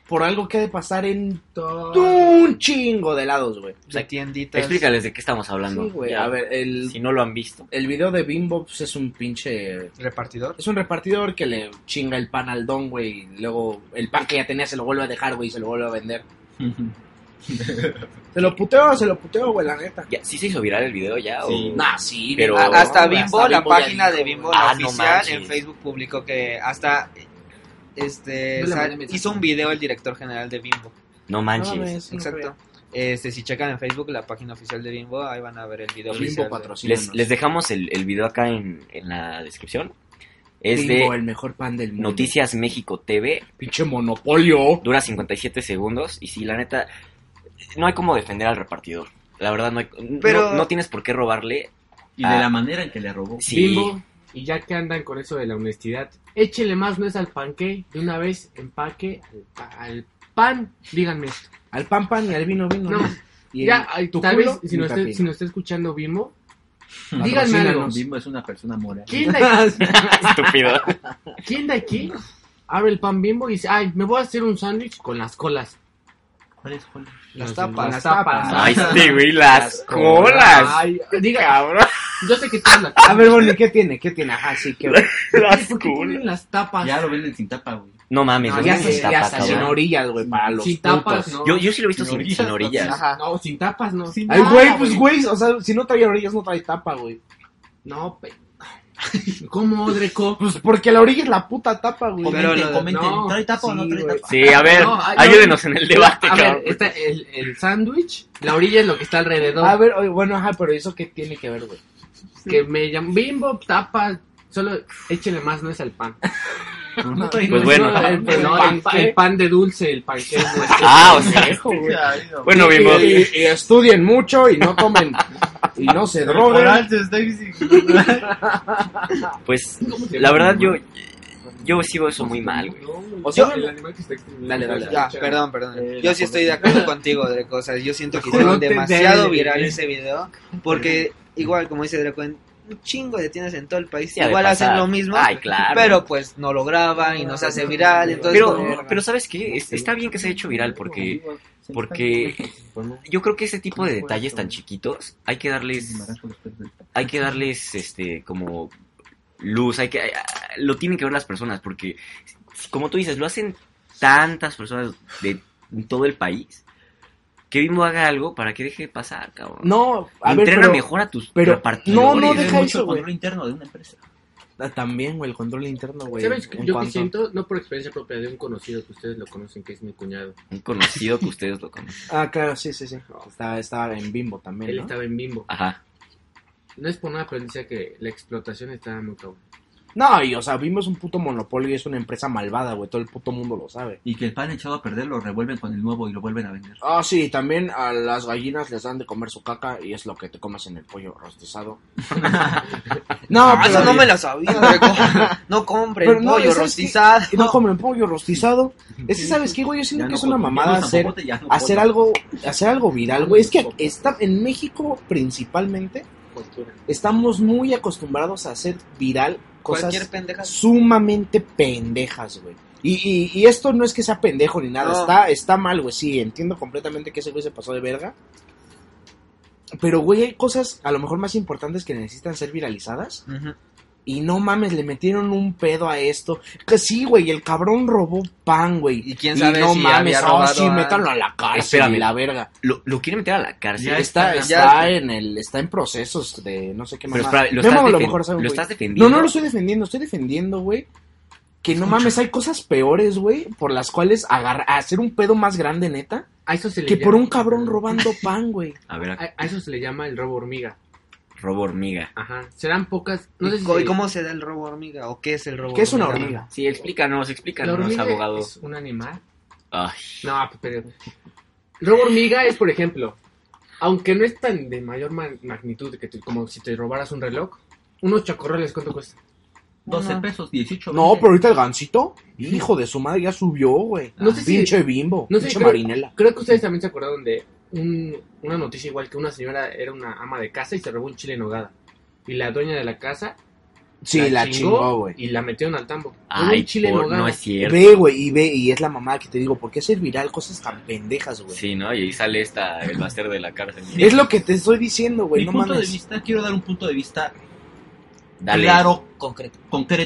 A: por algo que ha de pasar en
C: Todo.
A: un chingo de lados, güey.
E: de tienditas.
B: Explícales de qué estamos hablando.
A: Sí, güey.
B: Ya,
A: A ver, el,
B: Si no lo han visto.
A: el video de Bimbo pues, es un pinche...
E: Repartidor.
A: Es un repartidor que le chinga el pan al don, güey. y Luego el pan que ya tenía se lo vuelve a dejar, güey, y se lo vuelve a vender. Se lo puteó, se lo puteó, güey, la neta.
B: Ya, ¿Sí se hizo viral el video ya?
D: Sí.
B: o-
A: Nah, sí,
B: Pero-
A: bien,
E: A- hasta
A: cabrón, güey,
E: Bimbo,
A: hasta
E: la
A: Bimbo ya
E: página
A: dijo,
E: de Bimbo
A: güey.
E: la
B: Ah, no
E: oficial
B: manches.
E: en Facebook publicó que hasta este
C: No le
E: sa-
C: mandé mensaje.
E: hizo un video el director general de Bimbo.
B: No
A: No
B: manches.
A: mames, no
E: Exacto.
A: sabía.
E: Este, si checan en Facebook la página oficial de Bimbo, ahí van a ver el video
A: Bimbo
E: oficial.
B: les,
A: patrocínanos.
B: les dejamos el, el video acá en, en la descripción. Es
A: Bimbo,
B: de
A: el mejor pan del mundo.
B: Noticias México TV.
A: Pinche monopolio.
B: Dura 57 segundos. Y sí, la neta, no hay como defender al repartidor. La verdad, no hay. no-
E: Pero-
B: No, tienes por qué robarle.
D: Y de la manera en que le robó.
B: Sí.
C: Bimbo. Y ya que andan con eso de la honestidad, échenle más nuez al panque. De una vez empaque al, pa- al pan. Díganme esto.
A: Al pan pan y al vino vino.
C: No,
A: ¿no? Y
C: ya,
A: el-
C: ay,
A: tu
C: tal
A: culo,
C: vez si
A: mi
C: nos está,
A: pepino.
C: si nos está escuchando Bimbo, díganme
A: Patrocínanos.
C: algo.
D: Bimbo es una persona moral.
C: ¿Quién de, aquí,
B: Estúpido.
C: quién de aquí abre el pan Bimbo y dice, ay, me voy a hacer un sándwich con las colas?
D: ¿Cuál es? cuál es?
E: Las
C: Los-
E: tapas.
C: Las tapas.
B: Ay, sí, güey, las colas.
C: Ay, diga,
B: Cabrón,
C: yo sé que todas las
A: A ver, Bonnie, ¿qué tiene? ¿qué tiene? Ajá, sí, que.
B: las
C: ¿Por qué
B: colas.
C: tienen las tapas?
D: Ya lo venden sin tapa, güey.
B: No mames,
C: No,
B: no,
A: ya
B: mames,
C: se-
A: hasta,
B: está
A: ya
B: pa'
A: hasta sin
B: cabrón.
A: orillas, güey, para los
C: sin tapas,
A: putos.
C: ¿no.
B: Yo, yo sí lo he visto
D: Sin
B: sin sin
D: orillas,
B: orillas.
D: no,
C: Ajá. No, sin tapas, no.
E: Sin
A: Ay, güey,
C: nada,
A: pues, güey, o sea, si no trae orillas, no trae tapa, güey.
C: No, pe... ¿Cómo, Dreco?
A: Pues porque la orilla es la puta tapa, güey.
E: Pero
D: Comenten,
E: lo-
D: comenten.
C: no,
D: ¿Trae tapa o no
C: sí,
D: trae
C: güey.
D: tapa?
B: Sí, a ver,
C: No, ay, no.
B: ayúdenos en el debate,
C: A ver,
B: cabrón.
C: está el, el sándwich, la orilla es lo que está alrededor.
A: A ver, oye, bueno, ajá, pero ¿eso qué tiene que ver, güey?
C: Que me llaman bimbo, tapa, solo échele más nuez al pan.
D: No trae
B: Pues
D: nada.
B: bueno.
C: No, el,
A: ¿El
C: no,
A: pan
C: el-
A: qué?
C: el pan de dulce, el pan que es nuez.
B: Ah, o sea,
A: Hijo, güey.
C: pues,
D: Ay, no.
B: bueno,
A: Y,
B: Bimbo.
A: y- y estudien mucho y no tomen. Y no se droguen.
D: Moral se está exigiendo.
B: Pues, la verdad, yo, yo sigo eso muy mal, güey.
A: O sea,
C: el animal que está extinguiendo.
A: Dale, dale,
E: Ya, perdón, perdón.
D: Eh,
E: yo
D: la
E: sí estoy de acuerdo contigo, Dreco. O sea, yo siento que hicieron
C: Jolote
E: demasiado
C: de-
E: viral ese video. Porque, igual, como dice Dreco, en un chingo de tiendas en todo el país.
B: Ya de
E: igual
B: pasada.
E: hacen lo mismo.
B: Ay, claro.
E: Pero pues no lo graban y no se hace viral. Entonces,
B: Pero,
E: como-
B: pero ¿sabes qué? Es- Está bien que se haya hecho viral porque porque yo creo que ese tipo de detalles tan chiquitos hay que darles hay que darles este como luz, hay que hay- lo tienen que ver las personas porque como tú dices, lo hacen tantas personas de todo el país que Bimbo haga algo para que deje de pasar, cabrón.
A: No, a ver,
B: Entrena
A: pero-
B: mejor a tus
A: pero-
B: repartidores.
A: No
D: No
A: deja
D: deja
A: eso,
D: mucho el
A: güey.
D: control interno de una empresa.
A: Ah, También, güey, el control interno, güey.
C: ¿Sabes?
A: en
C: Yo que
A: cuanto-
C: siento, no por experiencia propia de un conocido que ustedes lo conocen, que es mi cuñado.
B: Un conocido que ustedes lo conocen.
A: Ah, claro, sí, sí, sí. Estaba, estaba en bimbo también,
C: Él
A: ¿no?
C: estaba en bimbo.
B: Ajá.
C: No es por nada, pero él decía que la explotación estaba muy cabrón.
A: No, y o sea, Bimbo es un puto monopolio y es una empresa malvada, güey. Todo el puto mundo lo sabe.
D: Y que el pan echado a perder lo revuelven con el nuevo y lo vuelven a vender.
A: Ah, sí, también a las gallinas les dan de comer su caca y es lo que te comes en el pollo rostizado. no,
E: Ah,
A: pero,
E: eso no me la sabía, Dreco. No compren
A: Pero no,
E: pollo
A: ¿sabes qué?
E: rostizado.
A: y no comen pollo rostizado. Es que, ¿sabes qué, güey? Yo siento
D: Ya
A: que
D: no
A: es una
D: pot-
A: mamada
D: ya no
A: hacer,
D: zapopote, ya no
A: hacer
D: pot-
A: algo hacer algo viral, güey. Es que está, en México principalmente estamos muy acostumbrados a hacer viral cosas
E: Cualquier pendeja.
A: sumamente pendejas, güey. Y, y- y esto no es que sea pendejo ni nada,
E: No.
A: está, está mal, güey. Sí, entiendo completamente que ese güey se pasó de verga. Pero, güey, hay cosas a lo mejor más importantes que necesitan ser viralizadas.
E: Ujú.
A: Y no mames, le metieron un pedo a esto. Que sí, güey, el cabrón robó pan, güey.
E: Y quién sabe
A: no
E: si
A: mames,
E: había
A: oh,
E: robado
A: sí,
E: algo.
A: métanlo a la cárcel
B: Espérame.
A: y la verga.
B: Lo, lo quieren meter a la cárcel.
A: Ya está,
E: está,
A: está,
E: ya está.
A: en el, está en procesos de no sé qué
B: Pero
A: más.
B: espera, lo, estás,
A: a lo
B: defen-
A: mejor sabe un
B: lo
A: güey.
B: estás defendiendo.
A: No, no lo estoy defendiendo, estoy defendiendo, güey. Que no mames, hay cosas peores, güey, por las cuales agarra- hacer un pedo más grande, neta,
C: A eso se le
A: que
C: llama-
A: por un cabrón robando pan, güey.
B: A ver,
C: A, a eso se le llama el robo hormiga.
B: robo hormiga.
C: Ajá. Serán pocas. No sé
E: ¿Y
C: si.
E: co- y cómo se da el robo hormiga? ¿O qué es el robo
A: ¿Qué es una
E: hormiga?
A: hormiga?
B: Sí, explícanos,
C: la
B: explícanos,
C: hormiga
B: abogado.
C: es un animal.
B: Ay,
C: No, pues, pero. Robo hormiga es, por ejemplo, aunque no es tan de mayor man- magnitud que te- como si te robaras un reloj, unos chacorroles, ¿cuánto cuesta?
D: 12 pesos, 18.
A: No, pero ahorita el gancito, hijo de su madre, ya subió, güey.
C: No sé si-
A: pinche bimbo,
C: no sé,
A: pinche
C: creo-
A: marinela.
C: Creo que ustedes también se acordaron de un- una noticia igual que una señora era una ama de casa y se robó un chile en nogada. Y la dueña de la casa
A: Sí, la, chingó, güey.
C: Y la metieron al tambo. Era
B: Ay,
C: un chile en
B: por-
C: nogada.
B: no es cierto.
A: Ve, güey, y ve, y es la mamá que te digo, ¿por qué hacer viral cosas tan pendejas, güey?
B: Sí, ¿no? Y ahí sale esta, el master de la cárcel.
A: Es lo que te estoy diciendo, güey,
D: Mi
A: no
D: punto
A: mames.
D: de vista, quiero dar un punto de vista
B: Dale.
D: claro, concreto,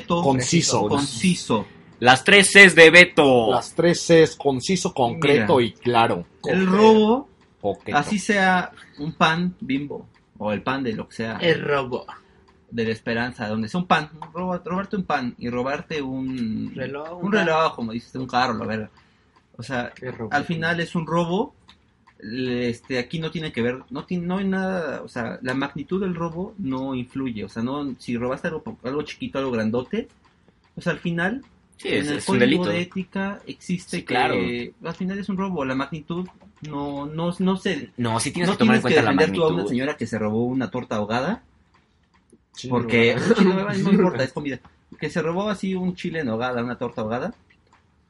A: Conciso.
D: conciso.
B: Las tres Cs de Beto.
A: Las tres Cs, conciso, concreto y claro.
D: El robo,
A: Coqueto.
D: así sea un pan bimbo o el pan de lo que sea,
E: Eh.
C: El robo.
D: de la esperanza, donde sea un pan, roba- robarte un pan y robarte un
E: Reloj, un
D: un reloj, como dices, un carro, la verga. O sea,
C: El robo.
D: al final es un robo. le- Este, aquí no tiene que ver, no tiene, no hay nada, o sea, la magnitud del robo no influye, o sea, no, si robaste algo, po- algo chiquito, algo grandote, o sea, al final,
B: Sí, es,
D: en el
B: es un
D: código
B: delito.
D: de ética existe
B: Sí,
D: que,
B: claro.
D: al final es un robo, la magnitud no, no, no se,
B: No, sí tienes
D: no
B: que tomar en
D: tienes que
B: cuenta la
D: defender tú a una
B: magnitud.
D: señora que se robó una torta ahogada,
A: Sí, güey.
D: porque no, me vale, no importa, es comida. Que se robó así un chile en hogada, una torta ahogada,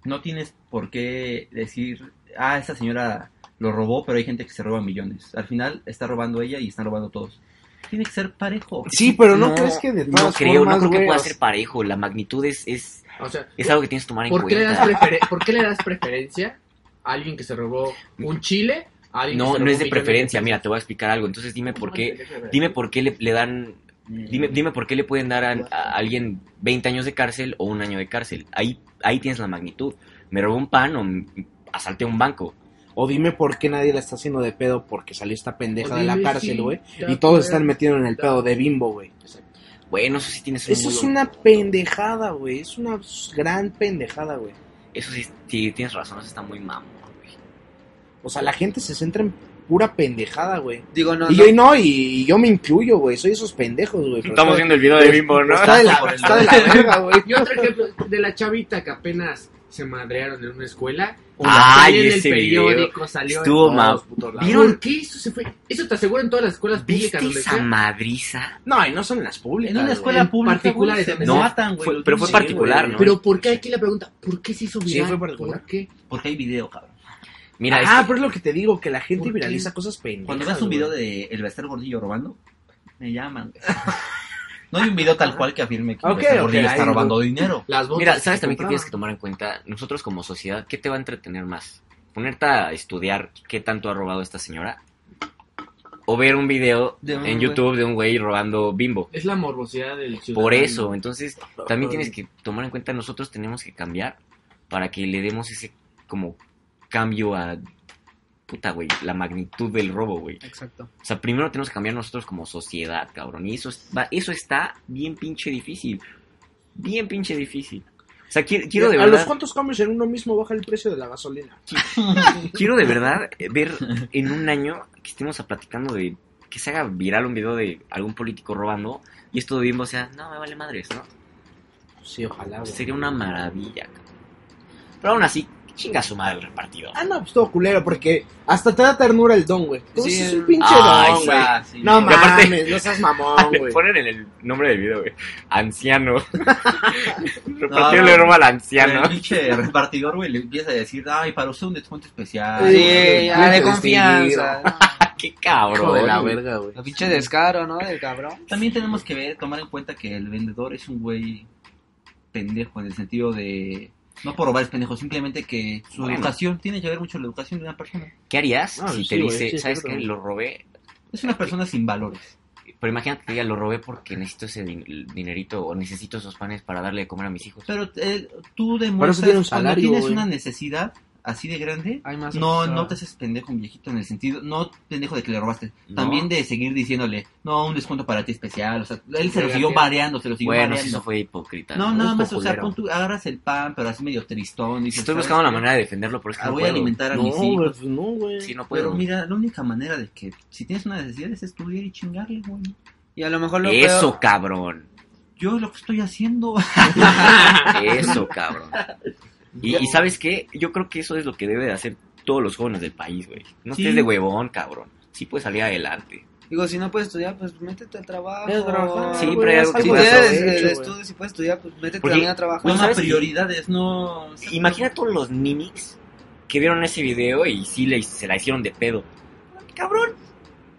D: no tienes por qué decir, ah, esa señora lo robó, pero hay gente que se roba millones. Al final está robando ella y están robando todos. Tiene que ser parejo.
A: Sí, pero no, crees que de todas
B: No creo,
A: formas,
B: no creo que
A: güey,
B: pueda
A: o sea,
B: ser parejo. La magnitud es, es,
C: O sea,
B: es algo que tienes que tomar en
C: ¿por qué, le das
B: cuenta.
C: prefer- ¿por qué le das preferencia a alguien que se robó un chile? A alguien que
B: No, no
C: se robó
B: es de
C: millones
B: preferencia.
C: pesos?
B: Mira, te voy a explicar algo. Entonces dime por qué,
C: Déjame ver.
B: dime por qué le, le dan, dime,
C: Mm.
B: dime por qué le pueden dar a, a alguien 20 años de cárcel o un año de cárcel. Ahí, ahí tienes la magnitud. Me robó un pan o m- asalté un banco.
A: O dime por qué nadie la está haciendo de pedo porque salió esta pendeja
C: O
A: de la
C: dime
A: cárcel,
C: si
A: güey.
C: ya
A: y todos
C: fue-
A: están metidos en el pedo de bimbo, güey.
B: Bueno, eso sí tienes un
A: Eso
B: muy
A: es
B: buen-
A: una pendejada, güey. Es una gran pendejada, güey.
B: Eso sí, sí, tienes razón. Eso está muy mamón, güey.
A: O sea, la gente se centra en pura pendejada, güey.
E: Digo, no,
A: y
E: no.
A: yo no, y, y yo me incluyo, güey. Soy esos pendejos, güey. pero está-
B: el video
A: pero- pero Está de la, está de la verga, güey.
C: Y otro ejemplo de la chavita que apenas se madrearon en una escuela.
B: Ay,
C: Salió en
B: ese
C: el
B: video.
C: periódico salió. en
B: Estuvo
C: todos
B: mal.
C: los putos lados.
B: ¿Vieron?
C: ¿Por qué eso se fue? Eso te aseguro en todas las escuelas
B: ¿Viste
C: públicas. donde
B: esa
C: sea.
B: madriza?
A: No, y no son las públicas.
D: En una
A: güey.
D: escuela pública
C: particular,
D: güey, se
C: donde
B: sea.
D: matan, güey,
B: Fue-
D: los
B: pero fue
D: niños.
B: particular, ¿no?
C: Pero ¿por qué aquí la pregunta? ¿Por qué se hizo
A: Sí,
C: viral?
A: fue particular.
C: ¿Por qué?
D: Porque hay video, cabrón.
B: Mira,
A: ah,
B: es-
A: pero es lo que te digo, que la gente
C: ¿Por qué?
A: viraliza cosas pendejas.
D: Cuando ves un video de El Bester Gordillo robando, me llaman. güey. No hay un video tal cual que afirme que
A: Ok,
D: el Bester
A: ok,
D: Gordillo
A: ahí,
D: está robando dinero.
C: Las botas
B: Mira,
C: que
B: ¿sabes
C: se
B: también que tienes que
C: compraban.
B: tomar en cuenta? Nosotros como sociedad, ¿qué te va a entretener más? ¿Ponerte a estudiar qué tanto ha robado esta señora? ¿O ver un video
E: De un
B: en
E: güey.
B: YouTube de un güey robando bimbo?
C: Es la morbosidad del ciudadano.
B: Por eso, entonces también tienes que tomar en cuenta, nosotros tenemos que cambiar para que le demos ese como cambio a... Puta, güey, la magnitud del robo, güey.
E: Exacto.
B: O sea, primero tenemos que cambiar nosotros como sociedad, cabrón. Y eso, es- va- eso está bien pinche difícil. Bien pinche difícil. O sea, qui- quiero de
A: ¿A los
B: verdad...
A: cuantos cambios en uno mismo baja el precio de la gasolina?
B: Quiero de verdad eh, ver en un año que estemos platicando de que se haga viral un video de algún político robando y esto de bimbo sea, no, me vale madres, ¿no?
A: Sí, ojalá, güey.
B: Sería una maravilla, cabrón. Pero aún así, chinga su madre el repartido.
A: Ah, no, pues todo culero, porque hasta te da ternura el don, güey. Tú
E: Sí,
A: sí, es
E: el-
A: un pinche
B: Ay,
A: don,
B: sí.
A: güey.
D: Ah, sí.
A: No
B: Y
A: mames,
B: aparte-
A: no seas
D: Ah,
A: mamón,
B: Le
A: güey.
B: ponen el, el nombre del video, güey. Anciano. Repartido
D: No,
B: le
D: no.
B: roba al
D: El
B: anciano.
D: pinche repartidor, güey, le empieza a decir, ay, para usted un descuento
A: Sí,
D: especial.
E: Ah, Sí, ya, de
A: sí,
E: confianza.
B: Qué cabrón.
A: Hijo de la verga, güey.
E: La pinche descaro, ¿no? Del cabrón.
D: También tenemos que ver, tomar en cuenta que el vendedor es un güey pendejo en el sentido de... No por robar es pendejo, simplemente que su
B: Bueno.
D: educación tiene que ver mucho la educación de una persona.
B: ¿Qué harías
A: Ah,
B: si
A: sí,
B: te
A: güey,
B: dice,
A: sí, es
B: sabes que
A: cierto.
B: lo robé?
D: Es una persona sin valores.
B: Pero imagínate que diga, lo robé porque necesito ese din- dinerito o necesito esos panes para darle de comer a mis hijos.
D: Pero eh, tú
A: Para
D: demuestras
A: eso tiene un
D: cuando
A: salario,
D: tienes
A: güey. Ah,
D: una necesidad así de grande,
E: Hay más.
D: no,
E: otra.
D: no te haces pendejo un viejito en el sentido, no pendejo de que le robaste,
B: No.
D: también de seguir diciéndole, no, un descuento para ti especial, o sea, él se lo
C: Regateando.
D: siguió mareando, se lo siguió
B: Bueno, si
D: mareando.
B: eso fue hipócrita.
D: No, nada más, o sea,
B: Culero.
D: pon tú, agarras el pan, pero así medio tristón. dices,
B: Estoy
D: "¿Sabes
B: buscando la
D: qué?
B: manera de defenderlo, pero es que
D: Ah,
B: no
D: voy a
B: puedo.
D: alimentar a
A: No,
D: mis
A: güey,
D: hijos.
A: pues no, güey.
B: Sí, no puedo.
D: Pero mira, la única manera de que si tienes una necesidad es estudiar y chingarle, güey.
E: Y a lo mejor lo
B: Eso,
E: peor-
B: cabrón.
D: Yo es lo que estoy haciendo.
B: Eso, cabrón. Y, y ¿sabes qué? Yo creo que eso es lo que debe de hacer todos los jóvenes del país, güey. No
D: Sí.
B: estés de huevón, cabrón. Sí puedes salir adelante.
E: Digo, si no puedes estudiar, pues métete a trabajo.
A: Voy a trabajar,
E: Sí,
B: Sí,
A: güey,
B: pero
A: haz
B: hay algo
E: si
A: algo
B: que
A: de
E: tienes
A: provecho,
E: el
A: güey.
E: estudio, eh, si puedes estudiar, pues métete
B: Porque-
E: también a trabajar.
B: Güey,
D: Toma
B: ¿sabes?
D: prioridades, no. o sea,
B: Imagina todos los ninis que vieron ese video y sí le, se la hicieron de pedo. Cabrón,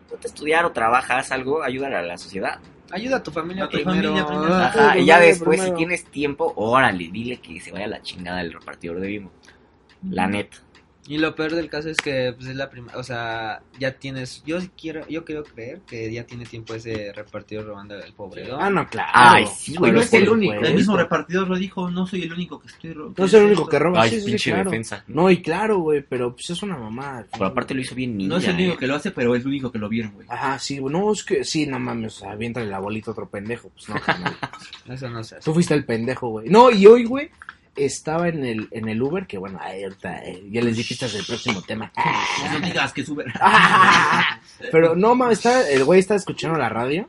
B: ponte a estudiar o trabajas algo, ayudar a la sociedad.
E: Ayuda a tu familia
D: A tu
E: primero.
D: familia primero.
E: Ah,
B: Ajá, y ya
A: Primero,
B: después, si
A: primero.
B: tienes tiempo, órale, dile que se vaya a la chingada el repartidor de Bimbo.
A: Mm.
B: La neta.
E: Y lo peor del caso es que pues, es la primera, o sea, ya tienes, yo sí quiero, yo quiero creer que ya tiene tiempo ese repartidor robando el pobre, ¿no?
A: Ah, no, claro.
B: Ay, sí, güey.
C: no
B: los
C: es el
B: pobres,
C: único,
B: güey.
D: El mismo repartidor lo dijo, no soy el único que estoy robando.
A: No es el único que roba.
B: Ay,
A: Ah, sí, sí, sí,
B: pinche
A: claro.
B: defensa.
A: No, y claro, güey, pero pues es una mamá.
B: Pero aparte lo hizo bien ninja.
D: No es el
B: ¿eh?
D: único que lo hace, pero es el único que lo vieron, güey.
A: Ajá, sí, güey, no, es que sí, no mames, o sea, aviéntale la bolita a otro pendejo. Pues no, carnal.
E: Eso no se hace.
A: Tú fuiste el pendejo, güey. No, y hoy, güey, estaba en el, en el Uber, que bueno, ahí ahorita, eh, ya les di pistas del próximo tema.
D: No digas que sube.
A: ah, Pero no, mames, está- el güey estaba escuchando la radio.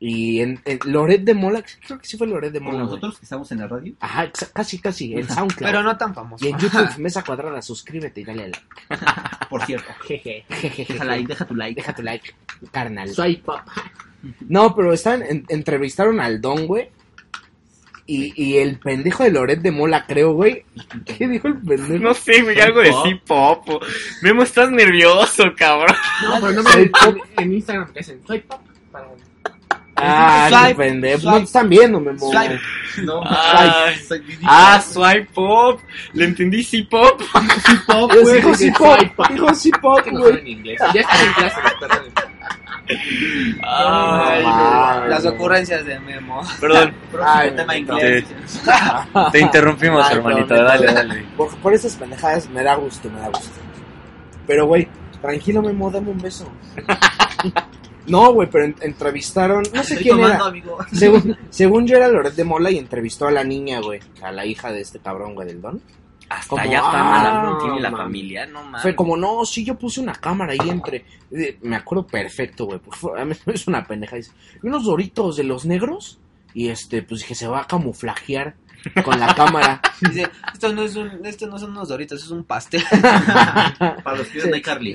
A: Y en, en Loret de Mola, creo que sí fue Loret de
D: Como
A: Mola. güey.
D: nosotros que estamos en la radio.
A: Ajá, exa- casi, casi, en SoundCloud.
E: Pero no tan famoso.
A: Y en YouTube, Mesa Cuadrada, suscríbete y dale al like.
D: Por cierto,
A: Jeje.
D: deja, like, deja tu like.
A: Deja tu like, carnal.
C: Soy papá.
A: No, pero están, en- entrevistaron al Don, güey. Y, y el pendejo de Loret de Mola, creo, güey. ¿Qué dijo el pendejo?
B: No sé, güey, algo de sí, popo. Memo, estás nervioso, cabrón.
C: No, pero no me
A: Soy
C: en, en Instagram te hacen soy papá. Para...
A: ah, qué
E: Swipe,
A: pendejo.
E: swipe.
A: no te están viendo, Memo.
E: Swipe.
D: No,
B: Ay.
D: soy Didi.
B: Ah, swipe pop. Le entendí sí, pop.
A: Dijo,
C: güey,
A: Dijo sí,
C: dice swipe,
A: pop.
C: pa.
A: Dijo sí,
C: Es
A: pop,
C: que no
A: güey.
C: saben inglés. Ya están en clase, perdón.
B: Ay,
A: no mames.
E: Las ocurrencias de Memo.
B: Perdón,
A: Ay,
D: tema
A: no.
D: inglés.
B: te interrumpimos,
A: Ay,
B: hermanito.
A: perdón,
B: Dale,
A: perdón.
B: dale.
A: Por, por esas pendejadas me da gusto, me da gusto. Pero, güey, tranquilo, Memo, dame un beso. No, güey, pero en- entrevistaron, no sé
D: Estoy
A: quién
D: tomando,
A: era.
D: amigo.
A: Según, según yo era Loret de Mola y entrevistó a la niña, güey, a la hija de este cabrón, güey, del don.
B: Hasta
A: Como,
B: allá está
A: ah,
B: malandro, tiene
A: no,
B: la
A: mames.
B: familia, no mames.
A: Fue como, no, sí, yo puse una cámara ahí entre. Eh, Me acuerdo perfecto, güey. porque fue- A mí es una pendeja. Dice, "Y unos doritos de los negros. Y este, pues dije, se va a camuflajear con la cámara.
E: Dice, esto no, es un, esto no son unos doritos, es un pastel.
D: Para los que no hay Carly.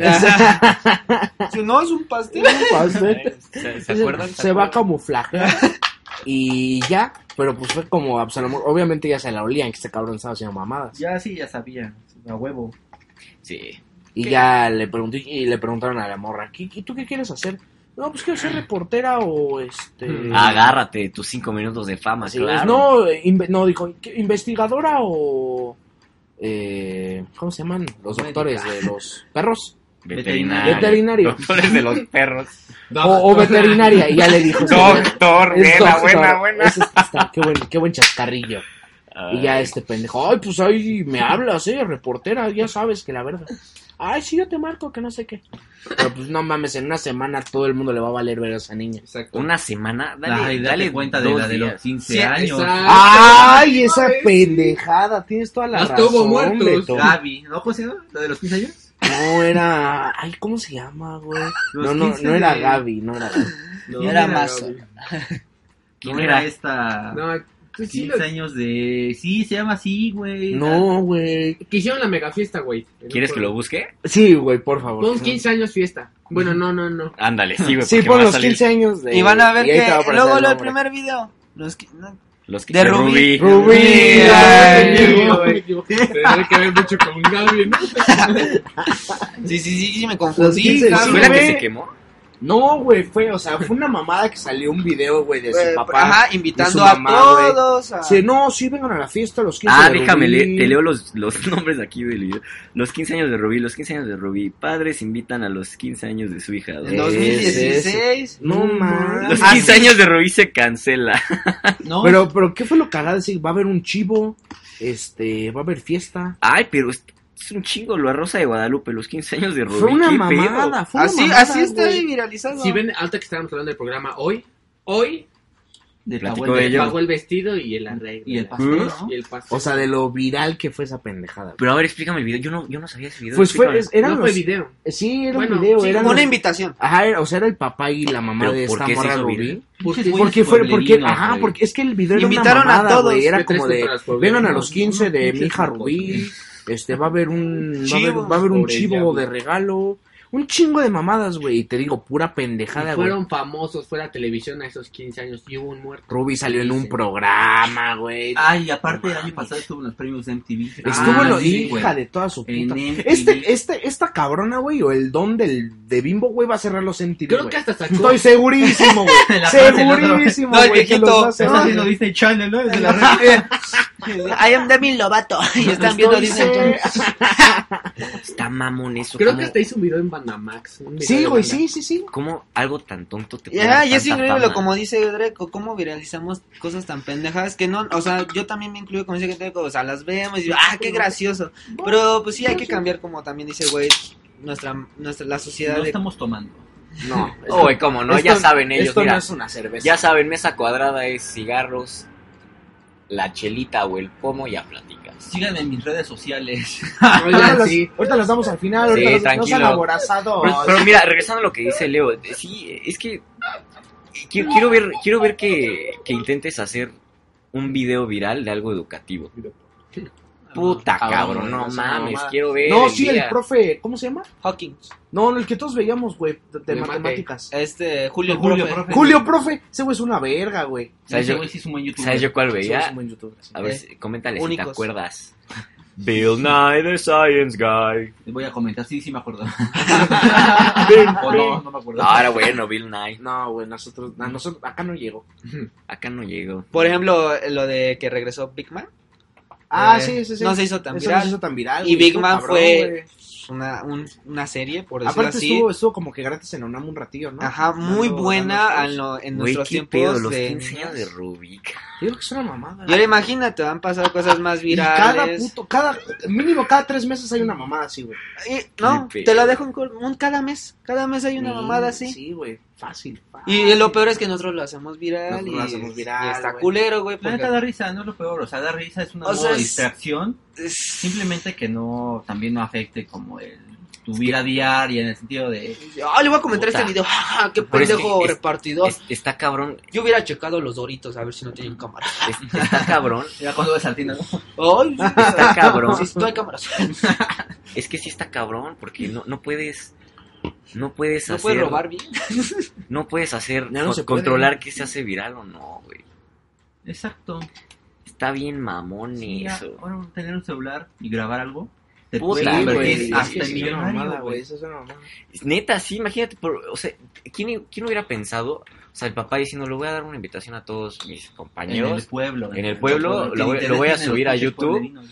E: Si no, es un pastel.
A: Va a ser-
B: ¿Se, se acuerdan?
A: Se, va a camuflajear. Y ya, pero pues fue como Absalomón. Obviamente ya se la olían que este cabrón estaba haciendo mamadas.
D: Ya sí, ya sabía. A huevo.
B: Sí.
A: Y ya le pregunté, y le preguntaron a la morra, ¿qué, ¿y tú qué quieres hacer? No, pues quiero ser reportera o este.
B: Mm. Ah, Agárrate tus cinco minutos de fama,
A: Así
B: claro.
A: es, no, eh, inve- no, dijo, ¿qué- investigadora o... eh, ¿Cómo se llaman? Los doctores de los perros.
B: Veterinario.
A: Veterinario.
B: Doctores de los perros.
A: O, o veterinaria, y ya le dijo.
B: Doctor,
A: Es
B: buena,
A: doctor.
B: buena, buena.
A: Ese está- qué, buen, qué buen chascarrillo. Y ya
B: Ay,
A: este pendejo, ay, pues ahí me hablas, eh, reportera, ya sabes que la verdad. Ay, sí, yo te marco, que no sé qué. Pero pues no mames, en una semana todo el mundo le va a valer ver a esa niña.
C: Exacto.
B: Una semana, dale,
D: Ay, dale
B: dale
D: cuenta de
B: dos
D: la de los
B: días.
D: 15
C: Sí,
D: años.
C: exacto.
A: Ay, esa
C: Ay, sí.
A: pendejada, tienes toda la
C: Los
A: razón.
C: tuvo muertos.
A: Beto.
D: Gaby, ¿no? ¿Cómo se llama? ¿La de los 15 años?
A: No era. Ay, ¿cómo se llama, güey?
D: Los
A: No, no,
D: 15
A: no era
D: de-
A: Gaby, no era Gaby.
C: No,
E: Era más-
C: Gaby.
B: ¿Quién
D: ¿Quién era
B: era?
D: esta?
C: No, tú sí lo...
D: 15 años de... Sí, se llama así, güey.
A: No, güey.
C: Que hicieron la mega fiesta, güey.
B: ¿Quieres que lo busque?
A: Sí, güey, por favor.
C: Con 15 años fiesta. Bueno, no, no, no.
B: Ándale, sí, güey.
A: Sí,
B: porque
A: pon
B: va a
A: los
B: salir
A: 15 años de.
E: Y van a ver
A: ahí
E: que
A: te va aparecer
E: luego lo del
A: nombre.
E: primer video. Los que- no.
B: Los
E: De Rubí.
A: Rubí.
E: Sí,
A: ay,
C: Sí,
A: güey.
C: me equivoqué. Tendré que ver mucho con Gaby, ¿no?
E: Sí, sí, sí, sí, me
A: Los
E: confundí.
A: 15
E: Gaby.
A: sí,
B: ¿No era que
A: güey.
B: se quemó?
A: No, güey, fue, o sea, fue una mamada que salió un video, güey, de su
E: Eh,
A: papá.
E: Ajá, invitando
A: su
E: a
A: mamá,
E: todos. a-
A: Sí, no, sí, vengan a la fiesta los 15
B: Ah,
A: de
B: déjame,
A: Rubí.
B: le- te leo los, los nombres aquí del video. Los 15 años de Rubí, los 15 años de Rubí. Padres invitan a los 15 años de su hija.
E: En
A: No,
E: 2016.
A: No
B: Los
A: mames.
D: Ah,
B: 15
D: sí.
B: años de Rubí se cancela.
D: No,
A: Pero, pero, ¿qué fue lo cagado? Sí, va a haber un chivo, este, va a haber fiesta.
B: Ay, pero es, es un chingo lo a Rosa de Guadalupe, los 15 años de Rubí.
A: Fue una
B: ¿qué
A: mamada, fue una
E: Así,
A: mamada,
E: así está
A: güey.
E: ahí viralizado.
C: Si ven, ahorita que estábamos hablando del programa hoy, hoy
D: De la
B: Platicó
D: abuela.
B: ella. Yo.
C: pagó el vestido y el arreglo.
D: Y el
C: la-
D: pastel,
B: ¿Mm?
D: ¿no?
C: Y el pastel.
A: O sea, de lo viral que fue esa pendejada.
B: Pero a ver, explícame el video. Yo no, yo no sabía ese video.
A: Pues fue,
B: explícame.
A: es- eran
C: no fue
A: los-
C: video.
A: sí, era un
C: Bueno,
A: video,
C: sí,
A: eran
E: Como una
A: los-
E: invitación.
A: Ajá, era- o sea, era el papá y la mamá
B: Pero,
A: de
B: ¿por
A: esta
B: qué se
A: morra
B: hizo
A: Rubí.
B: viral?
D: Pinches güeyes
A: Porque fue, porque,
D: pueblerinos,
A: ajá,
D: güey.
A: porque es que el video
E: Invitaron a
A: era una mamada,
E: todos,
A: güey, era
C: de tres
A: como de,
C: contra los pueblerinos,
A: vengan a los 15 de mi
C: pinches
A: hija
C: locos,
A: Rubí, este, va a haber un, va a haber,
E: Chivos,
A: va a haber un
C: pobre
A: chivo
C: diablo.
A: de regalo, Un chingo de mamadas, güey. Y te digo, pura pendejada,
C: Y
A: güey.
C: fueron famosos, fue la televisión a esos 15 años y hubo un muerto.
A: Ruby salió en un
C: Sí.
A: programa, güey.
D: Ay, aparte el año pasado estuvo en los premios de MTV.
A: Estuvo
D: Ah,
A: lo
D: sí, güey.
A: hija de toda su
D: En
A: puta.
D: MTV.
A: Este, este, esta cabrona, güey, o el don del de Bimbo, güey, va a cerrar los MTV.
C: Creo
A: güey.
C: que hasta sacó.
A: Estoy segurísimo, güey.
D: La frase del otro, güey.
A: segurísimo,
E: No, el
A: güey. que
E: viejito.
A: los va a
D: Se está
A: cerrar.
D: haciendo Disney Channel, ¿no? Desde la red.
E: I am Demi Lovato. Y están viendo
A: Estoy
E: Disney
A: seguro.
E: Channel.
B: Está mamón eso.
C: Creo
B: ¿cómo-
A: este
C: que hasta hizo un video en Bandamax. un video
A: Sí,
C: de
A: güey,
C: banda.
A: sí, sí, sí.
B: ¿Cómo algo tan tonto te puede
E: Ya,
B: dar
E: y es
B: tanta
E: increíble,
B: fama?
E: como dice Dreco, cómo viralizamos cosas tan pendejadas que no, o sea, yo también me incluyo como dice Dreco, o sea, las vemos y digo, ah, qué gracioso. Pero pues sí hay que cambiar como también dice güey, nuestra nuestra la sociedad
D: No
E: de
D: estamos tomando.
A: No.
B: Oh, güey, cómo no, ya
A: esto-
B: saben ellos,
A: Esto
B: mira.
A: no es una cerveza.
B: Ya saben, mesa cuadrada es cigarros, la chelita o el pomo, ya platicas.
D: Síganme en mis redes sociales.
A: Ahorita
C: Oigan,
A: las-
C: sí.
A: Ahorita las damos al final,
B: Sí,
A: ahorita las- no
B: tranquilo.
A: sean aborazados.
B: Pero, pero mira, regresando a lo que dice Leo, eh, sí, es que qui- quiero ver, quiero ver que, que intentes hacer un video viral de algo educativo. Puta
A: Cabrón,
B: cabrón, Ah, no
A: es una
B: mames,
A: mamada.
B: quiero ver.
A: No, sí, el
B: día.
A: profe, ¿cómo se llama?
E: Hawkins.
A: No, no, el que todos veíamos, güey, eh, de, de
C: De mate.
A: matemáticas.
E: Este Julio,
D: Julio,
E: Profe.
D: profe.
A: Julio, profe, ese güey es una verga, güey.
B: ¿Sabes
D: Ese
B: yo-
D: güey sí es un buen youtuber.
B: ¿Sabes yo cuál
A: Ese güey es
B: veía?
A: un buen youtuber. sí.
B: A ver, si- coméntale si te
E: ¿eh? Únicos.
B: acuerdas. Bill Nye, the Science Guy.
D: Les voy a comentar, sí, sí me acuerdo. o no, no me acuerdo.
B: Ahora bueno, Bill Nye.
A: No, güey, nosotros, a nosotros, acá no llegó.
B: Acá no llego.
E: Por ejemplo, lo de que regresó Big Man,
A: Ah,
E: Eh,
A: sí, sí, sí.
E: no se hizo tan
A: Eso
E: viral.
A: no se hizo tan viral.
E: Y
A: güey,
E: Big
A: estuvo
E: Man
A: cabrón,
E: fue-
A: güey.
E: una un- una serie por decirlo
A: Aparte
E: así.
A: estuvo, estuvo como que gratis en UNAM un ratillo,
C: Ah.
A: ¿no?
E: Ajá, muy
A: Dando-
E: buena
A: dando-
E: en, lo- en
B: Güey,
E: nuestros
B: qué
E: tiempos
B: pedo, los
E: de
B: 15 años de
E: niños.
B: Rubik.
A: Yo creo que es una mamada.
E: Y ahora imagínate, han pasado cosas más
A: Y
E: virales.
A: cada puto, cada, mínimo cada tres meses hay una mamada así, güey.
E: Eh, no,
B: Qué
E: te
B: pedo.
E: la dejo en cor- un- cada mes. Cada mes hay una
A: Sí,
E: mamada así.
A: Sí, güey, fácil, fácil.
E: Y lo peor es que nosotros lo hacemos viral.
A: Nosotros
E: y,
A: lo hacemos viral,
E: y está
A: güey.
E: culero, güey.
D: La
E: Porque
D: neta da risa, no es lo peor. O sea, da risa, es una
E: O sea,
D: modo de
E: es-
D: distracción.
E: es-
D: Simplemente que no, también no afecte como el, tu vida diaria en el sentido de...
E: Ah, le voy a comentar
B: Puta.
E: este video. jaja, qué
B: Pero es que
E: pendejo
B: es-
E: repartidor.
B: Es- está cabrón,
E: Yo hubiera checado los doritos a ver si no tienen cámara.
B: es- está cabrón,
D: Ya cuando ves al tino, ¿no?
E: Ay,
B: está cabrón.
E: si no hay cámaras.
B: Es que sí está cabrón, porque no, no puedes. No puedes
E: No
B: hacer.
E: puedes robar bien.
B: No puedes hacer.
A: Ya no
B: con-
A: se puede.
B: controlar que se hace viral o no, güey.
D: Exacto.
B: Está bien mamón
D: Sí, ya,
B: eso.
D: ahora tener un celular y grabar algo. Te
B: Puta,
D: puede
A: Sí,
B: Claro,
D: convertir
A: güey,
D: hasta
A: sí,
D: en
A: sí, es una mamada,
D: millonario,
A: güey,
D: güey.
A: eso es una mamada.
B: Neta, sí, imagínate. por- o sea, ¿quién, quién hubiera pensado? O sea, el papá diciendo, le voy a dar una invitación a todos mis
D: En el
B: compañeros.
D: pueblo.
B: En el pueblo,
D: Que
B: lo voy- lo voy a
D: interesen en
B: subir
D: los
B: a
D: pinches
B: YouTube.
D: pueblerinos,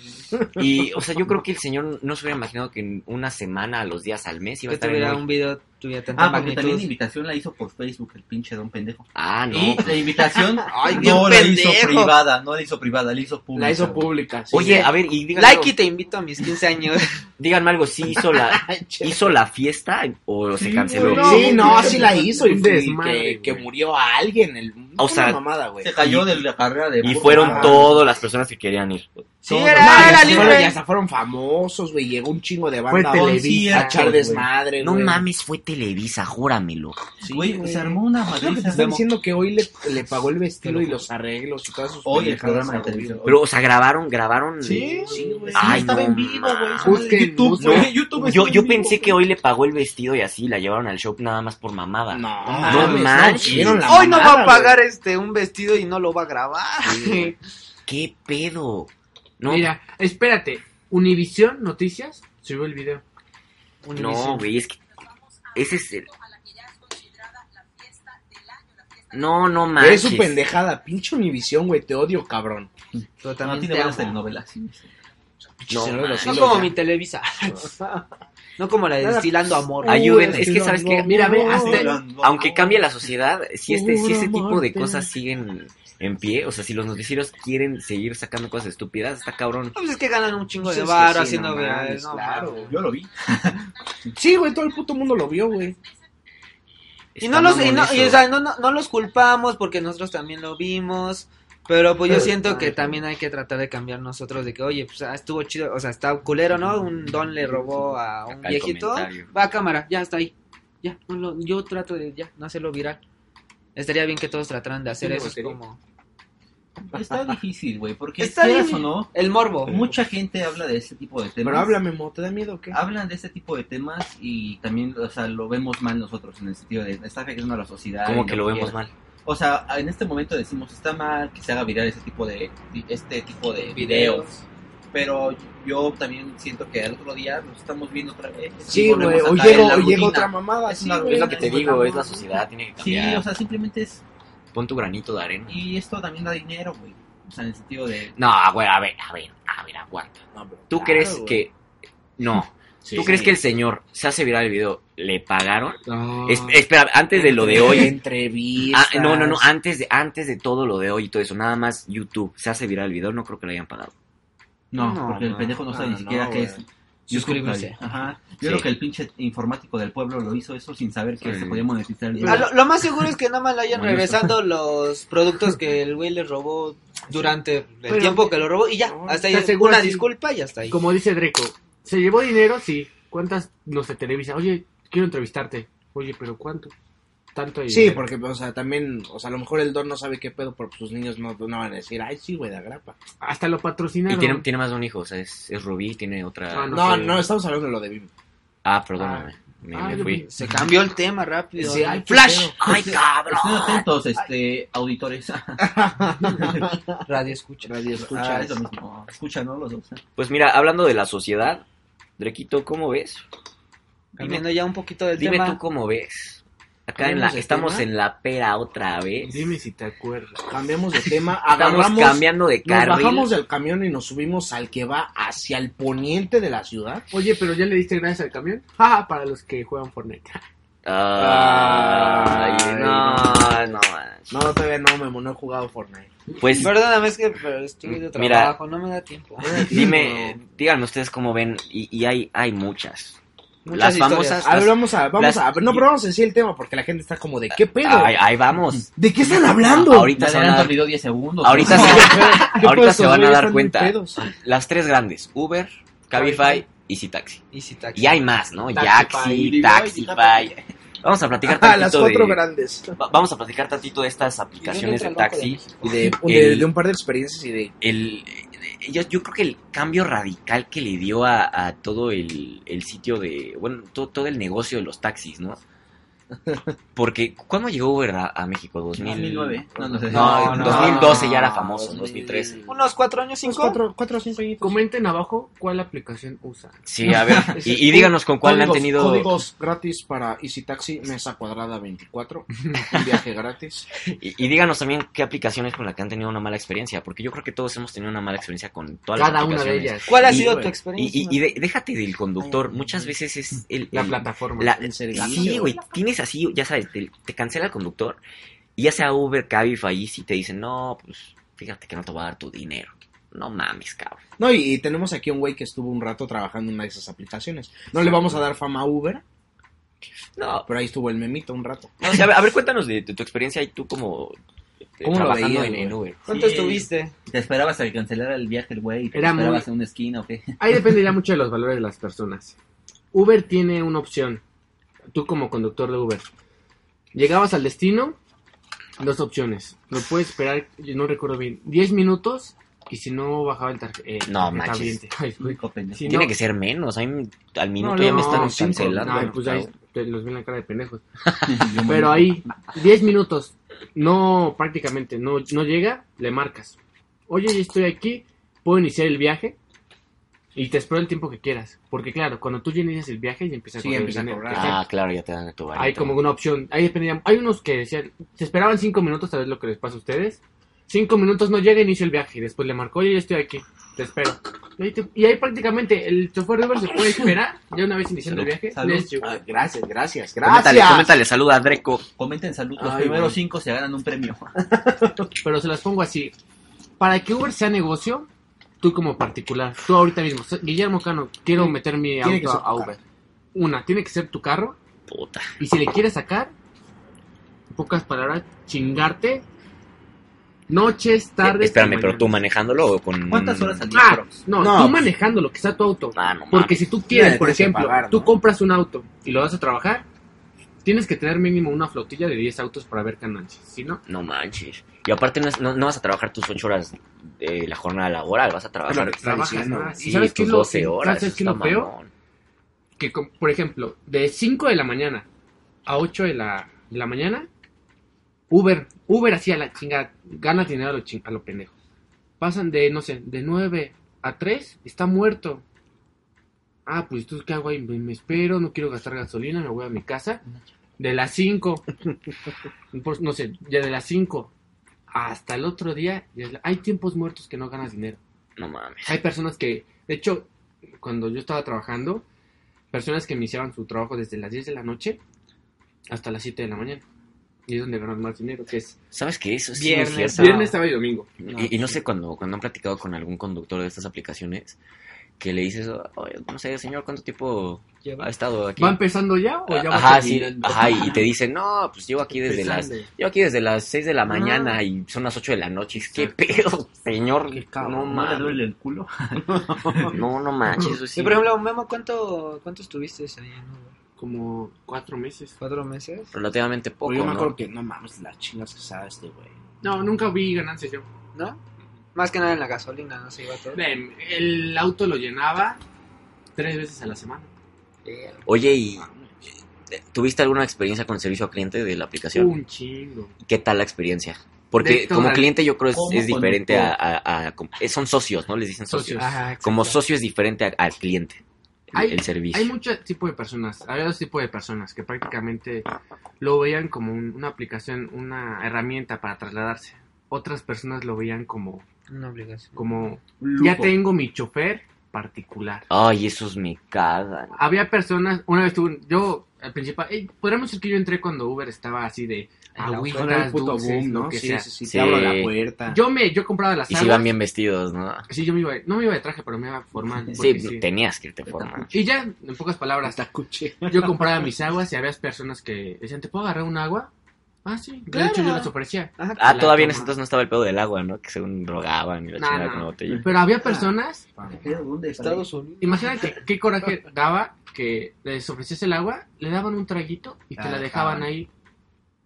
D: güey.
B: Y, o sea, yo creo que el señor no se hubiera imaginado que en una semana, a los días, al mes iba a
E: Que
B: estar en
E: tuviera
B: un-
E: un video, tuviera tanta
D: Ah, porque también la
E: magnitud.
D: invitación la hizo por Facebook el pinche don pendejo.
B: Ah, no.
D: Y la invitación
E: Ay, bien
D: no la hizo
E: pendejo.
D: privada, no la hizo privada, la hizo pública.
A: La hizo
D: güey.
A: pública. sí.
B: Oye, a ver, y díganme,
E: Like y
B: algo,
E: te invito a mis 15 años.
B: díganme algo, ¿sí hizo la,
A: Ay, che.
B: hizo la fiesta o se canceló?
D: güey,
A: No, sí, no,
D: güey,
A: sí la hizo. Y
C: un
A: que-
C: desmadre,
A: que, que
C: güey.
A: murió a alguien. El,
B: O sea,
A: una mamada, güey.
D: Se cayó de la carrera de.
B: Y fueron
D: Ah,
B: todas las personas que querían ir.
E: Sí,
D: Todo.
E: era,
A: No,
D: Ah,
A: ya
E: era
A: se fueron-
E: libre.
A: ya se fueron famosos, güey. Llegó un chingo de banda
D: Fue
A: a-
D: Televisa,
A: a echar
D: güey.
E: Eh,
A: desmadre,
B: No
A: güey.
B: mames, fue Televisa, jóramelo.
A: Sí,
D: Güey, se armó una
A: Creo que te
D: madriza.
A: están
D: Memo.
A: diciendo que hoy le, le pagó el vestido
D: Pero-
A: y los arreglos y todas sus
D: Hoy el
A: pendejadas
D: programa de
A: a Rubí,
D: televisión.
B: Pero, o sea, grabaron, grabaron.
A: Sí, sí, güey.
B: Ay,
D: estaba
B: no
D: en vivo, güey.
B: mames.
A: Busquen,
D: YouTube,
A: busquen.
D: güey, YouTube
B: Yo,
D: está
B: yo
D: en vivo,
B: pensé
D: güey.
B: que hoy le pagó el vestido y así la llevaron al show nada más por mamada.
A: güey. No,
D: No
A: mames,
B: manches.
A: no, vieron la
E: Hoy no va
A: mamada,
E: a pagar este un vestido y no lo va a grabar.
B: ¿Qué pedo? No,
C: Mira, espérate. Univisión Noticias subió el video.
B: no,
C: Univisión.
B: güey, es que. Ese es el. No, no
A: güey.
B: mames.
A: Es su pendejada. Pinche Univisión, güey. Te odio, cabrón.
D: No
E: Totalmente.
D: tiene buenas telenovelas. sí.
B: No,
A: Señor de los
E: No
A: Cielos,
E: como
A: ya.
E: mi Televisa. No como la de
A: Nada,
E: Destilando Amor.
A: Ay,
B: Ayuden,
A: Uy,
B: es que sabes que.
C: Mira, ve,
D: Sí,
C: hasta-
D: lo- lo-
B: Aunque cambie la sociedad, si, este, si ese tipo de
A: Muerte.
B: cosas siguen en pie, o sea, si los noticieros quieren seguir sacando cosas estúpidas, está cabrón.
E: No, pues es que ganan un chingo
A: Pues
E: de
A: es que
E: varo
A: sí,
E: haciendo
A: no mames,
E: virales. No,
A: claro.
E: mames.
D: Yo lo vi.
A: Sí, güey. Todo el puto mundo lo vio, güey.
E: Y
B: Está
E: no los, y
B: mamón
E: no, y,
B: eso.
E: o sea, no, no, no los culpamos porque nosotros también lo vimos. Pero pues yo siento que también hay que tratar de cambiar nosotros de que, oye, pues ah, estuvo chido, o sea, está culero, ¿no? Un don le robó a un
B: Acá el
E: viejito.
B: comentario.
E: Va a cámara, ya está ahí. Ya, no lo- yo trato de ya no hacerlo viral. Estaría bien que todos trataran de hacer
C: ¿Tiene
E: eso, es
C: batería?
E: como
D: Está difícil, güey, porque
E: Está
D: quieras
E: bien.
D: o no,
E: El morbo.
D: mucha gente habla de ese tipo de temas.
A: Pero háblame, Mo, ¿te da miedo o qué?
D: Hablan de ese tipo de temas y también, o sea, lo vemos mal nosotros en el sentido de está afectando a la sociedad.
B: Como
D: y
B: que lo vemos
D: quieras.
B: mal.
D: O sea, en este momento decimos está mal que se haga viral ese tipo de este tipo de videos,
E: videos.
D: pero yo también siento que al otro día nos estamos viendo otra vez.
A: Sí,
D: Y
A: güey,
D: volvemos a
A: o
D: caer en
A: llega
D: la
A: o llega
D: rutina.
A: otra mamada.
D: Es
A: sí, pues,
D: una-
A: güey,
B: Es lo que te
A: otra
B: digo, es
A: mamada.
B: la sociedad, tiene que
D: Sí,
B: cambiar.
D: o sea, simplemente es
B: Pon tu granito de arena.
D: y esto también da dinero, güey. O sea, en el sentido de
B: No, güey, a ver, a ver, a ver, aguanta.
A: No, pero
B: ¿Tú
A: claro,
B: crees
A: güey.
B: que... No,
A: Sí.
B: ¿tú crees que el señor se hace viral el video? ¿Le pagaron?
A: Ah.
C: No.
B: Es- espera, antes de lo de hoy...
A: Entrevistas.
B: Ah, no, no, no, antes de, antes de todo lo de hoy y todo eso, nada más YouTube se hace viral el video, no creo que le hayan pagado.
D: no,
E: No,
D: porque el
E: no.
D: pendejo no sabe
A: Ah,
D: ni siquiera
A: no,
D: qué es.
A: güey.
E: Suscribirse.
D: Ajá. Yo
B: Sí.
D: creo que el pinche informático del pueblo lo hizo eso sin saber que
B: Sí.
D: se podía monetizar el
E: Ah,
D: video.
E: lo, lo más seguro es que nada más le hayan
D: Bueno,
E: regresando los productos que el güey le robó durante el
C: Pero-
E: tiempo que lo robó y ya,
A: No,
E: hasta ahí.
C: ¿estás seguro
E: Una
C: así?
E: disculpa y hasta ahí.
C: Como dice Dreco, se llevó dinero, sí. ¿Cuántas? No sé, Televisa. Oye, quiero entrevistarte. Oye, pero ¿cuánto? Tanto y...
A: Sí, porque, o sea, también, o sea, a lo mejor el don no sabe qué pedo, pero sus niños no, no van a decir, ay, sí, güey, da grapa.
C: Hasta lo
B: Y
C: patrocinaron.
B: tiene, tiene más de un hijo, o sea, es, es Rubí, tiene otra...
C: Ah,
B: Ah,
C: no
A: No,
C: sé.
A: no, estamos hablando de lo de Bim.
B: perdóname, me,
C: Ah,
B: me
C: yo
B: fui.
C: pensé-
E: Se cambió el tema rápido.
A: Sí,
E: ¿no?
A: ay, qué
E: Flash,
B: ¡Ay, cabrón!
D: Estén atentos, este, auditores.
E: radio escucha.
A: Radio escucha.
D: Escucha, es lo mismo. Escucha, ¿no? Los dos.
B: Pues mira, hablando de la sociedad, Drequito, ¿cómo ves?
E: Cambiando ya un poquito del
B: Dime tú
E: tema.
B: cómo ves. Acá
A: ¿Cambiamos
B: en la,
A: de
B: estamos
A: tema?
B: en la pera otra vez.
C: Dime si te acuerdas.
A: Cambiamos de tema,
B: Estamos
A: agarramos,
B: cambiando de
A: nos bajamos
B: carril.
A: del camión y nos subimos al que va hacia el poniente de la ciudad.
C: Oye, pero ya le diste gracias al camión. Jaja, para los que juegan Fortnite.
B: Ay,
A: Ay,
B: no, no.
A: No, todavía no, Memo, no he jugado Fortnite.
B: Pues
E: Perdóname, es que pero estoy de
B: Mira.
E: trabajo, no me da tiempo.
B: dime, díganme ustedes cómo ven. Y, y hay, hay muchas.
E: Muchas
B: Las
E: historias.
B: famosas.
A: A ver, vamos a, vamos
B: las-
A: a, no, pero vamos en sí el tema, porque la gente está como, ¿de qué pedo?
B: Ahí, ahí vamos.
A: ¿De qué están hablando?
D: Te
B: Ahorita se van a
D: adelanto el
B: dar,
D: video 10 segundos.
B: ahorita
D: ¿no?
B: se,
A: ¿Qué
B: ahorita
A: pedo,
B: se van a
A: güey?
B: dar
A: Están
B: cuenta.
A: muy pedos.
B: Las tres grandes: Uber, Cabify y Citaxi.
E: Y si taxi.
B: Y hay más, ¿no?
C: Taxify,
B: Yaxi, Taxify. Vamos a platicar
A: Ah, las
B: tantito
A: cuatro
B: de-
A: grandes.
B: Va- Vamos a platicar tantito de estas aplicaciones de taxi.
A: Y de,
B: El-
A: de- de un par de experiencias y de...
B: El, eh, yo, yo creo que el cambio radical que le dio a, a todo el, el sitio de, bueno, to- todo el negocio de los taxis, ¿no? Porque, ¿cuándo llegó Uber a, a México? 2000...
D: 2009. No, no sé.
B: No,
E: No,
B: 2012
A: no,
B: ya era famoso,
A: 2000.
B: 2013.
E: Unos cuatro años,
A: Unos
E: cinco.
A: cuatro, cuatro o cinco añitos.
C: Comenten abajo cuál aplicación usan.
B: Sí, a ver, y, y díganos con cuál han
A: Códigos-
B: tenido...
A: Códigos gratis para Easy Taxi, mesa cuadrada 24, un viaje gratis.
B: Y, y díganos también qué aplicaciones con las que han tenido una mala experiencia, porque yo creo que todos hemos tenido una mala experiencia con todas las
C: Cada una de
B: aplicaciones.
C: ellas.
E: ¿Cuál ha
B: Y-
E: sido
A: güey,
E: tu
B: Y,
E: experiencia?
B: y- y de- déjate del conductor, muchas veces es el...
C: La
B: el-
C: plataforma.
B: la-
A: El servicio.
B: Sí, güey, tienes así, ya sabes, te, te cancela el conductor y ya sea Uber, Cabify, si te dicen, no, pues fíjate que no te voy a dar tu dinero. No mames, cabrón.
A: No, y, y tenemos aquí un güey que estuvo un rato trabajando en una de esas aplicaciones. No le vamos a dar fama a Uber,
B: No,
A: pero ahí estuvo el memito un rato.
B: o sea, a ver, a ver, cuéntanos de, de tu experiencia y tú como eh,
A: ¿Cómo lo
B: trabajando
A: veías,
B: en,
A: güey?
B: en Uber.
E: ¿Cuánto
D: Sí.
E: estuviste?
D: ¿Te esperabas a que cancelara el viaje el güey? ¿Te
C: Era
D: esperabas
C: muy-
D: en una esquina o qué?
C: Ahí depende ya mucho de los valores de las personas. Uber tiene una opción. Tú como conductor de Uber. Llegabas al destino, dos opciones. Lo puedes esperar, yo no recuerdo bien, 10 minutos y si no bajaba el eh, tarjeta.
B: No manches.
D: Rico pendejo.
C: Sí,
B: Tiene
C: no.
B: que ser menos, a mí al minuto
C: No,
B: ya me
C: no,
B: están
C: cinco.
B: cancelando.
C: Ay, pues ahí
B: cabrón.
C: te- los ven la cara de pendejos.
D: Yo muy-
C: Pero ahí, 10 minutos, no prácticamente, no, no llega, le marcas. Oye, ya estoy aquí, puedo iniciar el viaje y te espero el tiempo que quieras. Porque claro, cuando tú ya inicias el viaje ya empieza a
A: Sí,
C: correr el
A: empieza a
C: dinero.
A: cobrar.
B: Ah, claro, ya te dan tu
C: Hay
B: varito.
C: como una opción, ahí dependía. Hay unos que decían, se esperaban 5 minutos, tal vez lo que les pasa a ustedes. 5 minutos no llega, inicio el viaje. Y después le marcó, oye, ya estoy aquí, te espero. Y ahí, te- y ahí prácticamente el chofer de Uber se puede esperar, ya una vez iniciando el viaje.
D: Salud.
C: les llegó.
A: Ah, gracias, gracias,
B: Coméntale,
A: gracias.
B: coméntale, saluda a Dreco.
D: Comenten salud. Los
A: Ay,
D: primeros
A: güey.
D: cinco se ganan un premio.
C: pero se las pongo así. Para que Uber sea negocio, tú como particular, tú ahorita mismo, so- Guillermo Cano, quiero
A: Tiene-
C: meter mi
A: tiene que
C: auto
A: ser
C: a
A: tu
C: Uber. Una, tiene que ser tu carro.
B: Puta.
C: Y si le quieres sacar, en pocas palabras, chingarte. Noches, tardes.
B: Eh, Espérame,
C: y
B: pero tú
C: mañanas.
B: manejándolo o con...
D: ¿Cuántas horas al día?
C: Ah, no,
A: No,
C: tú
A: pues-
C: manejando lo que está tu auto.
B: Ah, no mames.
C: Porque si tú quieres,
A: Mira,
C: por
A: tienes que
C: ejemplo,
A: pagar,
C: tú
A: ¿no?
C: compras un auto y lo vas a trabajar, Tienes que tener mínimo una flotilla de 10 autos para ver ganancias. Si no,
B: No manches. Y aparte no, es- no, no vas a trabajar tus 8 horas de la jornada laboral, vas a trabajar
A: Pero- está diciendo,
C: más.
B: sí,
C: ah, ¿Y sabes qué
B: tus
C: es lo,
B: 12
C: que,
B: horas.
C: ¿sabes qué es
B: está
C: lo peor?
B: mamón.
C: Que, com- por ejemplo, de 5 de la mañana a 8 de la, de la mañana, Uber, Uber hacía la chinga, gana dinero a lo, chin- a lo pendejo. Pasan de, no sé, de 9 a 3, está muerto. Ah, pues tú qué hago ahí, me, me espero, no quiero gastar gasolina, me voy a mi casa. De las 5, pues, no sé, ya de las 5 hasta el otro día, ya es la- hay tiempos muertos que no ganas dinero
B: No mames.
C: pues, hay personas que, de hecho, cuando yo estaba trabajando, personas que iniciaban su trabajo desde las 10 de la noche hasta las 7 de la mañana. Y es donde ganan más dinero, que es
B: ¿Sabes qué? Eso sí
E: Viernes,
B: es cierto.
E: Sábado.
C: viernes, sábado y domingo.
B: Y, y no sé, cuando, cuando han platicado con algún conductor de estas aplicaciones, que le dices, "Oye, no sé, señor, ¿cuánto tiempo ha
E: Lleva-
B: estado aquí? Ah,
C: ¿Va empezando ya o ya va
B: Ajá, sí,
C: terminando?
B: ajá, y te dicen, no, pues llevo aquí desde las,
C: Empezando.
B: llevo aquí desde las 6 de la mañana y son las 8 de la noche, es que pedo, señor,
D: Qué cabrón,
B: no
D: ¿no le
B: mames,
D: duele el culo?
B: no, no manches, eso sí.
E: Y por ejemplo, Memo, ¿cuánto, cuánto estuviste ahí en Uber?
C: Como cuatro meses.
E: ¿Cuatro meses?
B: relativamente poco,
A: Pues yo me
B: ¿no?
A: acuerdo que no mames las chingas que sabe este güey.
C: No, nunca vi ganancias yo.
E: ¿No? Más que nada en la gasolina, no se iba todo.
C: Ven, El auto lo llenaba tres veces a la semana.
B: Oye, ¿y eh, tuviste alguna experiencia con el servicio al cliente de la aplicación?
C: Un chingo.
B: ¿Qué tal la experiencia?
C: De
B: Porque
C: esto,
B: como
C: la-
B: cliente yo creo es,
D: ¿Cómo
B: es diferente a,
D: conductor?
B: a- a- como- eh, Son socios, ¿no? Les dicen socios. Ah,
C: Socios.
E: Ajá, exacto.
B: Como socio es diferente a- al cliente, el,
C: Hay-
B: el servicio.
C: Hay muchos tipos de personas, hay dos tipos de personas que prácticamente lo veían como un- una aplicación, una herramienta para trasladarse. Otras personas lo veían como,
E: Una obligación.
C: como
D: Lujo.
C: ya tengo mi chofer particular.
B: Ay, esos me cagan.
C: Había personas, una vez tuve, un- yo, al principal, eh, podríamos decir que yo entré cuando Uber estaba así de agüitas,
A: Era el puto
C: dulces,
A: boom,
C: lo
A: ¿no?
C: que
A: Sí,
C: sea.
A: sí, sí,
B: Sí.
A: Te abro la puerta.
C: Yo me, yo compraba las
B: Y
C: aguas.
B: si van bien vestidos, ¿no?
C: Sí, yo me iba, no me iba de traje, pero me iba formal.
B: Sí,
C: porque sí.
B: tenías que irte formal.
C: Y ya, en pocas palabras,
A: hasta escuché.
C: Yo compraba mis aguas y había personas que decían, ¿te puedo agarrar un agua? Ah, sí. De
E: Claro.
C: hecho, yo las ofrecía.
E: Ajá,
B: Ah,
C: la
B: todavía en
C: toma.
B: ese entonces no estaba el pedo del agua, ¿no? Que según drogaban y la
C: No,
B: chingada
C: no.
B: con la botella.
C: Pero había personas,
D: ¿Pero dónde?
E: Estados Unidos.
C: imagínate qué coraje daba que les ofreciese el agua, le daban un traguito y te
D: Ah,
C: la dejaban
D: ah.
C: ahí.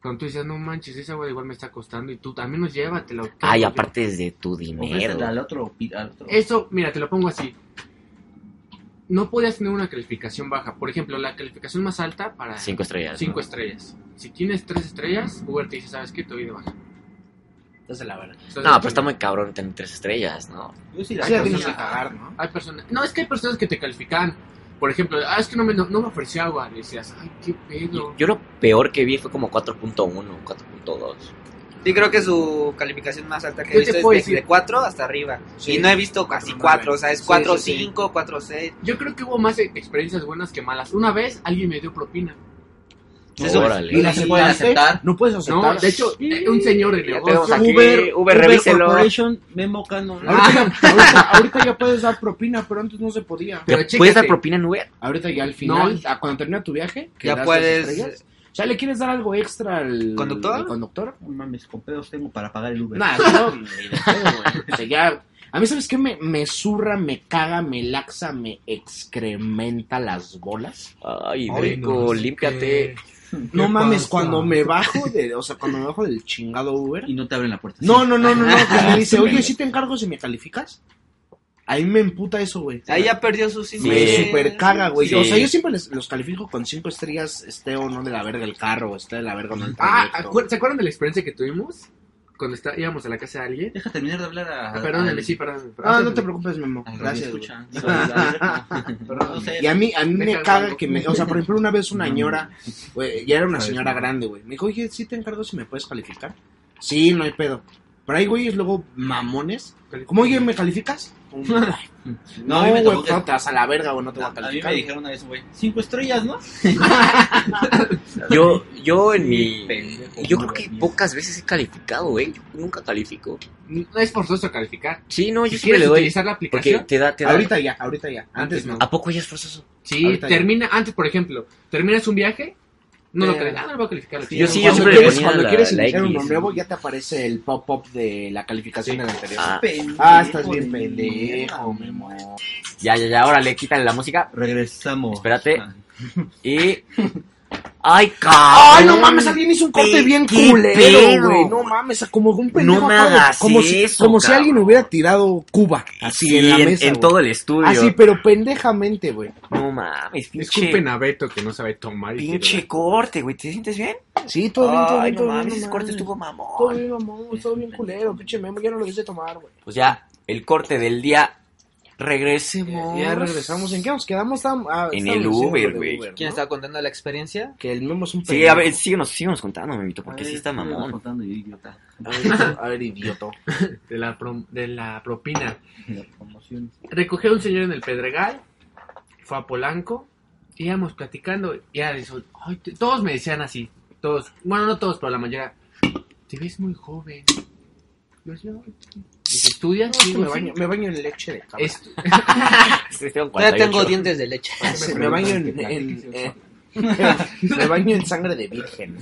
C: Cuando tú dices, no manches, esa agua igual me está costando y tú al menos llévatela. ¿qué hago
B: Ay,
C: yo?".
B: aparte es de tu
D: Ofrécela
B: dinero.
D: al otro, pi- al otro.
C: Eso, mira, te lo pongo así. No podías tener una calificación baja. Por ejemplo, la calificación más alta para
B: Cinco estrellas.
C: cinco
B: ¿no?
C: estrellas. Si tienes tres estrellas, Uber te dice, ¿sabes qué? Te doy de baja.
A: Entonces la verdad.
C: Entonces,
B: No, pero está muy cabrón tener tres estrellas, ¿no?
D: Yo
A: Sí
D: sí
A: la
C: Hay
A: tienes que
C: personas-
A: pagar, ¿no?
C: Hay personas, no, es que hay personas que te califican. Por ejemplo, ah, es que no me, no, no me ofreció agua. Le decías, ay, qué pedo.
B: Yo lo peor que vi fue como 4.1, 4.2.
E: Sí, creo que su calificación más alta que
C: Yo
E: he
C: te
E: visto
C: puedo
E: es de-
C: decir-
E: de 4 hasta arriba.
A: Sí.
E: Y no he visto casi
A: Cuatro,
E: 4, o sea, es
A: nueve.
E: 4,
A: Sí, sí, sí.
E: 5, 4, 6.
C: Yo creo que hubo más e- experiencias buenas que malas. Una vez alguien me dio propina.
A: ¿Y
B: Órale.
A: la
D: ¿Y se pueden
A: aceptaste?
D: aceptar?
A: No puedes aceptar.
C: No, de hecho, eh, un señor de
B: Ya tenemos
C: negocio. Ah,
B: aquí. Uber, revíselo.
D: Corporation, Memo Cano.
A: Ahorita, ya- ahorita, ahorita ya puedes dar propina, pero antes no se podía.
C: Pero
B: ¿Te
C: chécate.
B: ¿Puedes dar propina en Uber?
A: Ahorita ya al final,
C: No.
A: a- cuando termina tu viaje, que
E: Ya
A: das las
E: puedes-
A: estrellas, O sea, ¿le quieres dar algo extra al
E: ¿Conductor?
A: al conductor?
D: No mames, con pedos tengo para pagar el Uber.
A: Nah, no, ni de pedo, güey. O sea, ya. A mí, ¿sabes qué? Me, me zurra, me caga, me laxa, me excrementa las bolas.
B: Ay,
C: Ay,
B: Draco,
C: no, es
B: límpiate.
A: No mames,
C: pasa?
A: cuando me bajo de, o sea, cuando me bajo del chingado Uber.
D: Y no te abren la puerta.
A: No,
D: Sí.
A: no, no, no, no. Que me dice, oye, ¿sí te encargo si me calificas? A mí me emputa eso, güey.
E: Ahí ya perdió sus 5.
A: Me
B: Sí.
A: super caga, güey.
B: Sí.
A: O sea, yo siempre les- los califico con cinco estrellas, esté o no de la verga el carro, o esté de la verga o no el
C: Ah,
A: trayecto.
C: acuer- ¿se acuerdan de la experiencia que tuvimos? Cuando está- íbamos a la casa de alguien.
D: Deja terminar de hablar
C: Ah,
D: a. al-
C: Perdóname, sí, perdóname.
A: Ah, no te preocupes, Memo.
D: al
A: Gracias. güey.
D: radioescucha. No sé.
A: Y a mí, a mí me
C: Deja
A: caga
C: algo.
A: que me... O sea, por ejemplo, una vez una
D: No.
A: señora, güey, ya era una
D: Sabes,
A: señora
D: no.
A: grande, güey. Me dijo, oye, ¿sí te encargo si me puedes calificar? Sí, no hay pedo. Pero hay güeyes luego mamones. ¿Cómo, oye, me calificas?
D: No,
A: No,
D: a mí me
A: güey,
D: tocó
A: pues,
D: que-
A: no te vas a la verga, güey, no te voy a
D: A mí
A: calificar. Ah,
D: me dijeron una vez, güey, cinco estrellas, ¿no?
B: Yo, yo en mi.
D: Pendejo,
B: Yo
D: no,
B: creo que
D: güey.
B: pocas veces he calificado, güey. Yo nunca califico.
C: No es forzoso calificar.
B: Sí, no, Pues
C: Si
B: yo siempre
C: quieres
B: le doy.
C: utilizar la
B: Porque
C: aplicación,
B: te da, te da.
A: Ahorita ya, ahorita ya. Antes
C: Antes
A: no.
C: no.
B: ¿A poco ya es forzoso?
C: sí,
A: ahorita ya.
C: termina, antes, por ejemplo, terminas un viaje, no lo
A: Eh,
C: calificas, ah, no lo voy a calificar. lo
B: Yo sí, yo
C: chingo.
A: cuando
B: siempre le
A: quieres,
B: ponía
A: cuando
B: la-
A: quieres
B: la
A: iniciar
B: X.
A: uno nuevo, ya te aparece el pop-up de la calificación del anterior.
B: Ah,
A: Ah, estás bien pendejo,
D: pendejo.
A: Memo.
B: Ya, ya, ya. Ahora le quitan la música.
D: Ah, Regresamos.
B: Espérate.
D: Ah,
B: Y Ay, cabrón.
A: Ay, no mames, alguien hizo un corte
B: Pe-
A: bien
B: qué
A: culero,
B: pedo,
A: güey. No mames, como un pendejo.
B: No me
A: acaba de-
B: hagas
A: como si,
B: eso,
A: como si
B: cabrón.
A: alguien hubiera tirado Cuba así
B: Sí,
A: en la
B: en,
A: mesa.
B: en
A: güey.
B: todo el estudio.
A: Así, pero pendejamente, güey.
B: No mames, pinche,
C: Disculpen a Beto que no sabe tomar. y
B: pinche
C: quiere-
B: corte, güey. ¿Te sientes bien?
A: Sí, todo bien, todo
B: Ay,
A: bien,
B: no
A: todo bien.
B: mames,
A: no
B: ese corte
A: mames.
B: estuvo
A: Todo
B: mamón.
A: bien, mamón, todo bien culero. Pinche memo, ya no lo quise tomar, güey.
B: Pues ya, el corte del día. Regresemos.
A: Ya regresamos. ¿En qué nos quedamos? Estábamos- ah, estábamos
B: En el
A: diciendo
B: Uber,
A: lo de
B: güey.
A: ¿no?
E: ¿Quién estaba contando la experiencia?
A: Que el memo es un
B: Sí, a ver,
A: pendejo.
B: síguenos, síguenos contando, memito, porque
D: A
B: sí
D: ver,
B: está
D: ¿qué me vas
B: mamón.
D: contando, idiota?
A: A ver, a ver, idioto.
C: De la, prom- de la propina.
D: La promoción.
C: Recogió a un señor en el Pedregal, fue a Polanco, íbamos platicando, y ya dijo, "Ay, te- todos me decían así, todos, bueno, no todos, pero la mayoría, te ves muy joven. Yo decía, "Ay, dice, ¿estudias?
A: Es que
C: Digo,
A: me
C: "Sí".
A: baño, me baño en leche de cabra.
C: Es-
B: Sí, tengo
E: Ya
B: 48.
E: tengo dientes de leche.
A: Se me baño en, en- eh, me baño en sangre de virgen.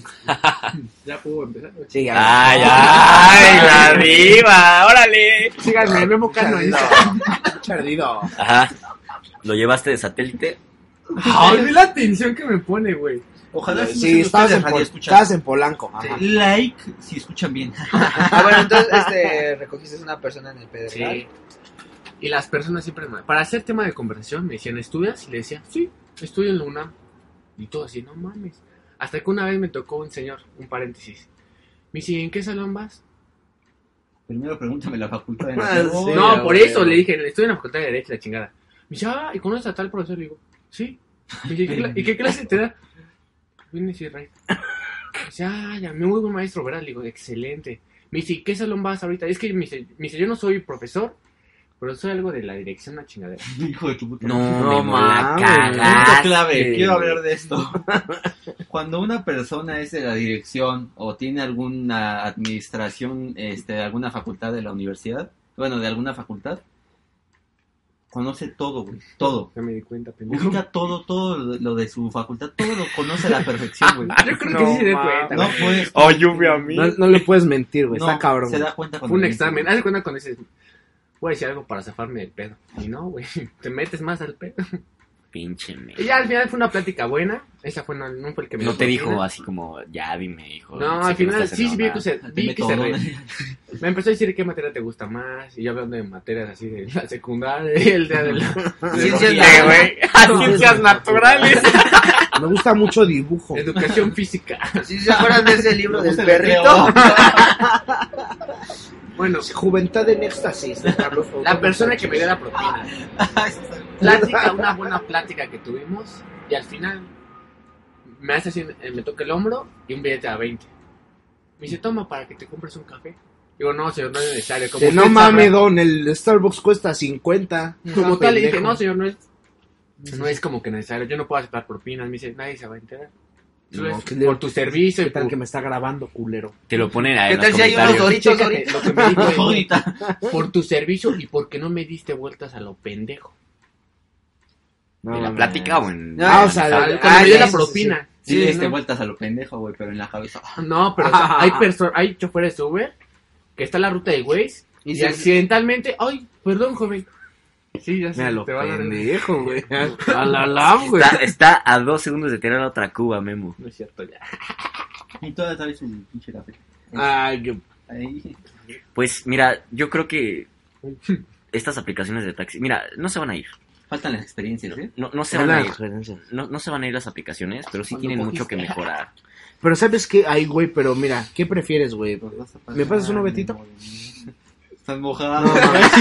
C: Ya puedo empezar.
A: Sí, ya.
B: Ay, ay, la diva, órale.
C: Síganme, Memo Cano. ahí.
A: Perdido. Perdido.
B: Ajá. Lo llevaste de satélite.
C: Ay, ve la atención que me pone, güey.
D: Ojalá sí,
A: Sí, estabas en,
D: radio
A: Pol-
D: escuchan.
A: estabas en Polanco. ¿ah? Ajá.
D: Eh, Like si escuchan bien.
E: Ah, bueno, entonces este, recogiste a una persona en el Pedregal.
C: Sí. Y las personas siempre me... Para hacer tema de conversación me decían, ¿estudias? Y le decía, sí, estudio en la UNAM. Y todo así, no mames. Hasta que una vez me tocó un señor, un paréntesis. Me dice, ¿en qué salón vas?
D: Primero pregúntame la facultad de
A: Ah, sí.
D: no,
C: no,
A: ya,
C: por
A: güey.
C: eso le dije, estoy en la facultad de Derecho, la chingada. Me dice, ah, ¿y conoces a tal profesor? Le digo, sí. Me dice, "¿Y qué cla- ¿y qué clase te da? Viene y rey. Me dice, ah, ya, muy buen maestro, ¿verdad? Le digo, excelente. Me dice, "¿Y qué salón vas ahorita? Es que me dice, me dice, yo no soy profesor, pero soy algo de la dirección, la chingadera.
D: Hijo de tu puta.
B: No,
A: No
B: Memo, la
A: mames.
D: Punto
B: cagaste.
D: clave, quiero hablar de esto. Cuando una persona es de la dirección o tiene alguna administración, este, de alguna facultad de la universidad, bueno, de alguna facultad, conoce todo, güey, todo.
C: Ya me di cuenta, pendejo.
D: Ubica todo, todo lo- lo de su facultad, todo lo conoce a la perfección, güey.
C: Ah, yo creo que
A: No,
C: sí se dio
A: mames.
C: cuenta.
D: No
C: güey.
D: puedes.
B: Oh, lluvia a mí.
A: No, no le puedes mentir, güey.
D: no,
A: está cabrón.
D: Se
A: güey.
D: da cuenta cuando. "Ah,
C: Fue un examen. Haz de cuenta cuando dices, voy a decir algo para zafarme del pedo. Y no, güey, te metes más al pedo.
B: Pinche me.
C: Y ya al final fue una plática buena. Esa fue, no, no fue el que me
B: No
C: dio
B: te
C: propina.
B: dijo así como, ya dime, hijo.
C: No,
B: sé
C: al
B: que
C: final
B: estás
C: sí
B: haciendo
C: vi
B: nada.
C: que se, vi que se
D: Método,
C: reía. Me empezó a decir qué materia te gusta más. Y yo hablando de materias así de la secundaria, el día de la
E: Ciencias
B: Sí,
E: naturales.
B: güey. Ciencias naturales.
A: Me gusta mucho dibujo.
C: educación física.
E: Si se acuerdan de ese libro
D: Me
E: del
D: gusta el
E: perrito.
C: Bueno,
A: Juventud en éxtasis. de Carlos Souto.
C: la persona que me dio la propina. plática, una buena plática que tuvimos y al final me hace así, eh, me toca el hombro y un billete a 20. Me dice, toma para que te compres un café. Digo, no, señor, no es necesario. Como
A: Que no
C: usted
A: mames,
C: sabrá".
A: don. El Starbucks cuesta 50.
C: Como
A: Está
C: tal, le dije,
A: pendejo.
C: no, señor, no es, no es como que necesario. Yo no puedo aceptar propinas. Me dice, nadie se va a enterar. Solo
A: No,
C: es
A: que le-
C: por tu servicio y
A: ¿Qué tal
C: por...
A: que me está grabando, culero?
B: Te lo ponen ahí
E: ¿Qué
B: en los
E: tal si hay unos
B: comentarios.
E: doritos
C: Chécate,
E: ahorita?
C: lo que me dijo, güey,
D: Ahorita.
C: por tu servicio y porque no me diste vueltas a lo pendejo.
A: No,
B: ¿En la
A: mames.
B: plática o en.?
A: Ah, o sea,
B: en la sala?
A: Ah,
C: Cuando me dio
E: sí,
C: la
E: sí, sí.
C: propina.
D: Sí, le diste
C: ¿no?
D: vueltas a lo pendejo, güey, pero en la cabeza.
C: No, pero o sea, hay perso- hay choferes de Uber que está en la ruta de Waze y,
E: Y se-
C: accidentalmente, ay, perdón, joven. Sí, ya sé,
A: Mira lo
C: te van a dar-
A: pendejo, güey. A la lam, güey.
B: Está, está a dos segundos de tirar otra cuba, Memo.
C: No es cierto ya.
D: Y todavía traes un pinche café.
A: Ay, yo-
D: Ahí.
B: Pues mira, yo creo que estas aplicaciones de taxi, mira, no se van a ir.
D: Faltan las experiencias, ¿eh?
B: No, no se van
A: una
B: a ir.
A: sugerencia.
B: No, no se van a ir las aplicaciones, pero sí
C: Cuando
B: tienen
C: cogiste.
B: mucho que mejorar.
A: Pero ¿sabes qué? Ay, güey, pero mira, ¿qué prefieres, güey? ¿Me pasas uno, Betito?
D: Estás mojado.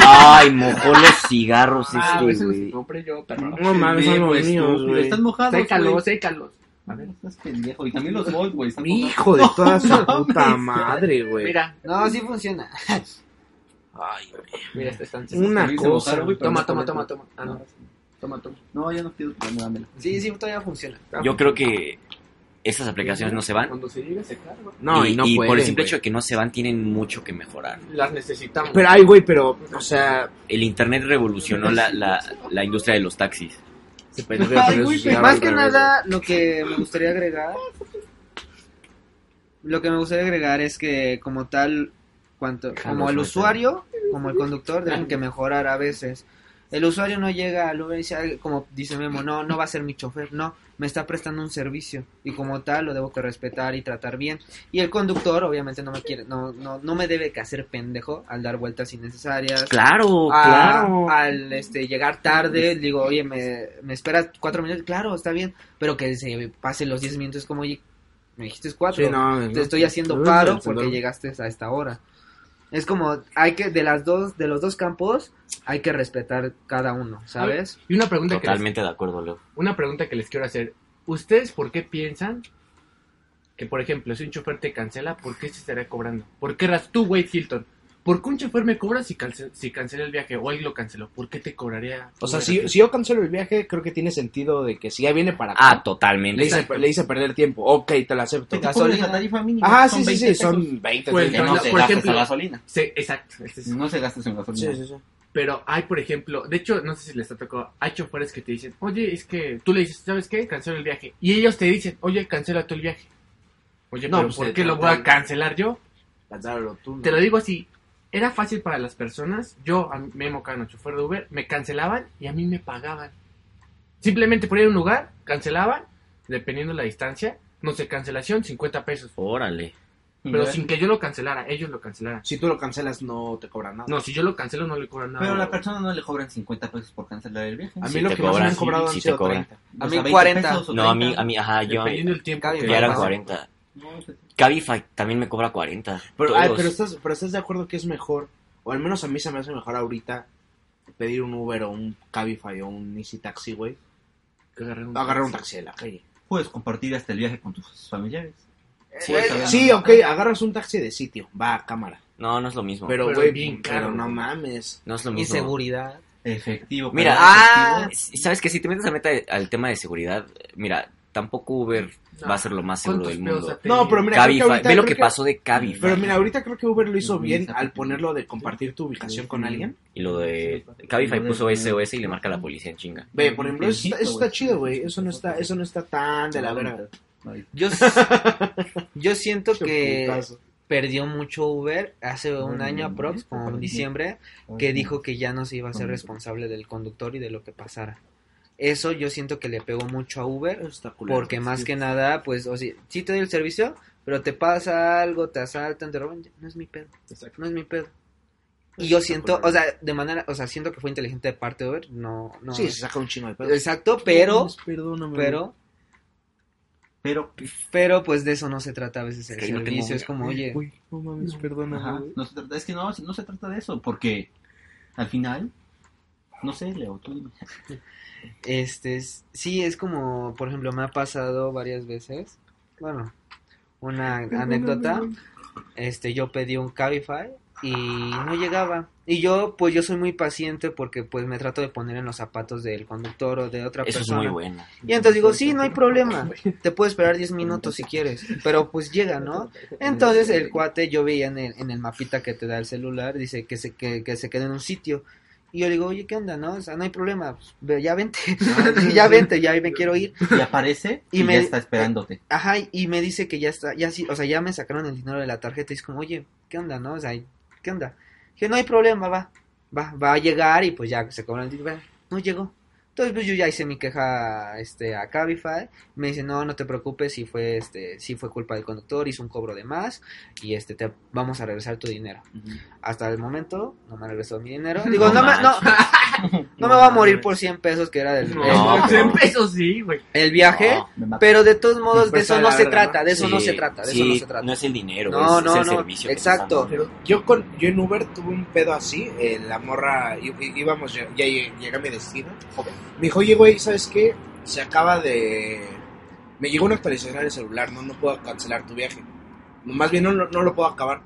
B: Ay, mojó los cigarros
C: Ah,
B: este,
C: eso
B: güey.
C: los compré yo, perro.
A: No mames,
D: pues,
A: son los míos,
D: estúpido.
A: güey.
D: Están mojados,
C: Sécalos,
D: güey.
C: sécalos. A ver.
D: No, Estás pendejo. Y también los Bolt, güey. están mojados.
A: Hijo de toda su
D: No
A: puta
D: mames.
A: madre, güey.
C: Mira,
E: No, sí funciona.
A: Ay, güey.
C: mira, esta estancia.
A: Una
D: También se
A: cosa.
D: mojaron, güey, pero
C: Toma,
D: no
C: toma,
D: está
C: toma,
D: dentro.
C: toma. Ah, no. Toma, toma.
D: No, ya no quiero tomarme, dámela.
E: Sí, sí, todavía funciona.
B: Yo creo que estas aplicaciones no se van.
C: Cuando se llegue a secar, güey,
A: No, y, no pueden,
B: por el simple
A: güey.
B: hecho de que no se van, tienen mucho que mejorar.
C: las necesitamos.
A: Pero, ay, güey, pero, o sea,
B: El internet revolucionó la, la, la industria de los taxis.
A: se pensó que iba a poner sus
E: Ay, güey,
A: cigarros
E: Más que
A: al revés,
E: nada, lo que me gustaría agregar. Lo que me gustaría agregar es que, como tal, cuanto, como el usuario, como el conductor, deben que mejorar a veces. El usuario no llega al Uber y dice, "Ay", como dice Memo, no, no va a ser mi chofer, no, me está prestando un servicio y como tal lo debo que respetar y tratar bien. Y el conductor obviamente no me quiere, no, no, no me debe que hacer pendejo al dar vueltas innecesarias.
B: Claro,
E: a-
B: claro.
E: Al este, llegar tarde, digo, oye, me, me esperas cuatro minutos, claro, está bien, pero que se pasen los diez minutos como, oye, me dijiste cuatro.
A: Sí, no,
E: Te
A: no.
E: estoy haciendo
A: No,
E: paro
A: no,
E: porque
A: no.
E: llegaste a esta hora. Es como, hay que, de las dos, de los dos campos, hay que respetar cada uno, ¿sabes?
C: Y una pregunta, que les,
B: Totalmente de acuerdo, Leo.
C: una pregunta que les quiero hacer. ¿Ustedes por qué piensan que, por ejemplo, si un chofer te cancela, ¿por qué se estará cobrando? ¿Por qué raz- tú, Wade Hilton? ¿Por qué un chofer me cobra si, cance- si cancela el viaje o él lo canceló? ¿Por qué te cobraría?
A: O sea,
C: Uber?
A: si, si yo cancelo el viaje, creo que tiene sentido de que si ya viene para acá,
B: Ah, totalmente.
A: le, hice, le hice perder tiempo. Ok, te lo acepto.
D: Te cobran
E: gasolina.
D: la tarifa mínima.
A: Ajá,
D: son
A: sí, sí,
D: 20
A: sí,
D: pesos.
A: son 20.
C: Pues,
D: Que
A: 30.
D: no
C: Por
D: se gastes
C: ejemplo-
D: la gasolina.
C: Sí, exacto. este es-
D: No se gastes en gasolina.
A: Sí, sí, sí.
C: Pero hay, por ejemplo, de hecho, no sé si les ha tocado, hay choferes que te dicen, oye, es que tú le dices, ¿sabes qué? Cancela el viaje. Y ellos te dicen, oye, cancela tú el viaje. Oye,
A: No,
C: pero
A: pues,
C: ¿por
A: te
C: qué lo voy
A: tratan-
C: a cancelar yo?
A: Cancélalo tú, ¿no?
C: Te lo digo así, era fácil para las personas, yo, a Memo Cano, chofer de Uber, me cancelaban y a mí me pagaban. Simplemente por ir a un lugar, cancelaban, dependiendo la distancia, no sé, cancelación, 50 pesos.
B: Órale.
C: Pero sin que yo lo cancelara, ellos lo cancelaran.
A: Si tú lo cancelas, no te cobran nada.
C: No, si yo lo cancelo no le cobran nada.
D: Pero a la persona no le cobran 50 pesos por cancelar el viaje.
A: A mí
B: Sí
A: lo
B: te
A: que más me han
B: cobran,
A: cobrado
B: sí
A: han
B: te
A: sido
B: cobran.
A: 30.
E: A
D: O
E: mí
D: sea, 20
E: 40.
D: pesos o
B: No, a mí,
D: 30.
B: a mí, ajá, yo
C: Dependiendo del tiempo.
E: Cabe
C: que
B: ya era
C: pase.
B: 40.
D: No, sí, sí.
B: Cabify también me cobra 40.
A: Pero, ay,
B: Todos.
A: pero, estás, pero estás de acuerdo que es mejor, o al menos a mí se me hace mejor ahorita pedir un Uber o un Cabify o un Easy Taxi, güey.
C: Que agarren un-
A: Agarrar un taxi de la calle.
D: Puedes compartir hasta el viaje con tus familiares.
B: Sí,
D: Puedes
B: eh,
D: saber
A: Sí, ok,
D: dónde estás.
A: agarras un taxi de sitio, va a cámara.
B: No, no es lo mismo.
A: Pero,
C: pero
A: güey,
C: bien
A: pero
C: caro,
A: no
C: güey.
A: mames.
B: no es lo mismo.
E: Inseguridad.
D: Efectivo.
B: Mira,
D: pero
E: ah,
D: efectivo.
B: S- Sabes que si te metes a meta- al tema de seguridad, eh, mira, tampoco Uber
C: No.
B: va a ser lo más seguro
C: ¿Cuántos
B: del
C: pedos
B: mundo.
C: ha tenido?
A: No, pero mira, creo que
B: Cabify,
A: ahorita
B: ve lo
A: creo
B: que pasó de Cabify
A: Pero mira, ahorita creo que Uber lo hizo
D: Ujú,
A: bien
D: exacto.
A: al ponerlo de compartir tu ubicación con alguien.
B: y lo de Cabify puso SOS y le marca a la policía en chinga.
A: Ve, por ejemplo, eso
D: Sí,
A: está, eso está
D: güey.
A: chido, güey. Eso no está, eso no está tan ah, de la verga.
D: Ay,
E: Yo, s- yo siento
A: Qué
E: que
A: putazo.
E: perdió mucho Uber hace un
D: Bueno,
E: año
D: no,
E: aprox,
D: no,
E: como en
D: no.
E: diciembre,
D: ay,
E: que
D: no.
E: dijo que ya no se iba a ser
D: No.
E: responsable del conductor y de lo que pasara. Eso yo siento que le pegó mucho a Uber,
A: Eso está culero.
E: porque más
A: Sí.
E: que nada, pues, o sea, sí te doy el servicio, pero te pasa algo, te asaltan, te roban, ya, no es mi pedo, no es mi pedo. Y yo siento, o sea, de manera, o sea, siento que fue inteligente de parte de Uber, no, no.
A: Sí, se saca un chino de pedo.
E: exacto, pero,
A: Perdóname.
E: pero,
D: Pero,
E: pero, pues de eso no se trata a veces el
B: Es que no tengo-
E: servicio, es como, oye,
A: Uy, no mames, perdóname.
D: ajá,
A: güey.
D: no se trata, es que no, no se trata de eso, porque al final, no sé, Leo, tú dime.
E: Este, es- sí, es como, por ejemplo, me ha pasado varias veces, bueno, una anécdota, este, yo pedí un Cabify y no llegaba, y yo, pues yo soy muy paciente porque pues me trato de poner en los zapatos del conductor o de otra
B: Eso es
E: persona.
B: muy bueno.
E: Y entonces digo, sí, no hay problema, te puedo esperar 10 minutos si quieres, pero pues llega, ¿no? Entonces el cuate, yo veía en el, en el mapita que te da el celular, dice que se, que, que se quede en un sitio. Y yo le digo, oye, ¿qué onda, no? O sea, no hay problema, pues, ve- ya vente, ya vente, ya me quiero ir.
D: Y aparece
E: Y
D: y,
E: me-
D: ya está esperándote.
E: Ajá, y me dice que ya está, ya sí, o sea, ya me sacaron el dinero de la tarjeta y es como, oye, ¿qué onda, no? O sea, ¿qué onda? Dije, no hay problema, va, va, va a llegar y pues ya se cobran el dinero. No llegó. Entonces, pues yo ya hice mi queja, este, a Cabify. Me dice, no, no te preocupes, si fue, este, si fue culpa del conductor, hizo un cobro de más y, este, te vamos a regresar tu dinero. Hasta el momento, no me regresó mi dinero. Digo,
B: No
E: no, me, no, no me voy a morir por 100 pesos que era del,
C: No,
B: No,
C: cien
B: pero-
C: pesos sí, güey.
E: el viaje.
B: No,
D: Oh, Me mata.
E: Pero de todos modos, de
A: Pues,
E: eso
A: a
E: no
A: la
E: se
A: verdad,
E: trata, de eso
B: sí,
E: no se trata, de
B: sí,
E: eso no se trata.
B: No es el dinero,
E: No,
B: es,
E: no,
B: es el
E: no,
B: servicio. que te
E: exacto.
B: están dando.
A: Yo, con, yo en Uber tuve un pedo así, eh, la morra, í- í- íbamos, ya, ya llegué llegué a mi destino. Me dijo, oye, güey, ¿sabes qué? Se acaba de... Me llegó una actualización al celular, no, no puedo cancelar tu viaje. Más bien, no, no, no lo puedo acabar.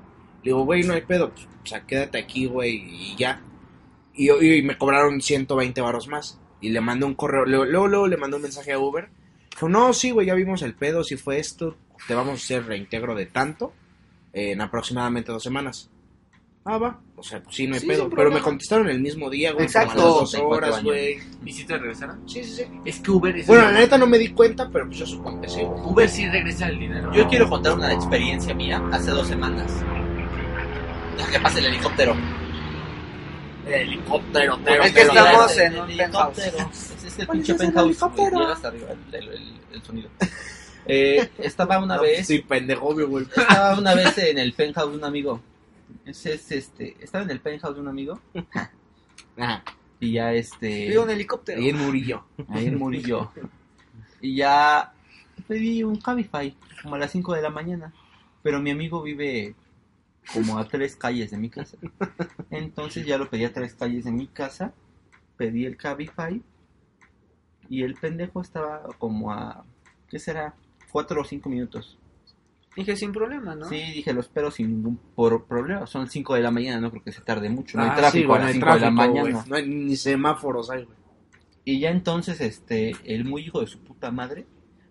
A: Le digo, güey, no hay pedo, pues, o sea, quédate aquí, güey, y ya. Y, y me cobraron 120 varos más. Y le mandé un correo, luego, luego, luego le mandé un mensaje a Uber. Dijo, no, sí, güey, ya vimos el pedo, si fue esto, te vamos a hacer reintegro de tanto en aproximadamente dos semanas. Ah, va. O sea, pues sí, no hay
E: Sí,
A: pedo.
E: sin
A: Pero
E: problema.
A: me contestaron el mismo día, güey. como a
E: Exacto.
A: las dos
D: 34
A: horas,
D: años.
A: güey.
C: ¿Y si te regresaron?
A: Sí, sí, sí.
C: Es que Uber es...
A: Bueno, la neta no me di cuenta, pero pues yo supongo que sí, güey.
C: Uber sí regresa el dinero.
D: Yo quiero contar una experiencia mía hace dos semanas. Deja que pase el helicóptero.
A: El helicóptero, pero,
E: Es que
A: pero,
E: estamos
A: pero.
E: en un penthouse.
D: Es este pinche penthouse. güey, Llega hasta arriba el, el- el- el sonido. Eh, estaba una
A: No,
D: vez.
A: Sí, pendejo, güey.
D: Estaba una vez en el penthouse de un amigo. Es, es, este, estaba en el penthouse de un amigo
B: Ah,
A: Ajá.
D: y ya este.
E: Vio un helicóptero.
A: Ahí en Murillo.
D: Ahí en Murillo. Y ya pedí un Cabify, como a las 5 de la mañana. Pero mi amigo vive como a tres calles de mi casa. Entonces ya lo pedí a tres calles de mi casa. Pedí el Cabify. Y el pendejo estaba como a, ¿qué será? Cuatro o cinco minutos.
E: Dije, sin problema, ¿no?
D: Sí, dije, lo espero sin ningún por- problema. Son 5 de la mañana, no creo que se tarde mucho. No hay
A: Ah,
D: tráfico
A: sí, güey,
D: a
A: no
D: las
A: hay
D: 5 de la
A: tráfico,
D: mañana.
A: güey. No hay ni semáforos hay, güey.
D: Y ya entonces, este, el muy hijo de su puta madre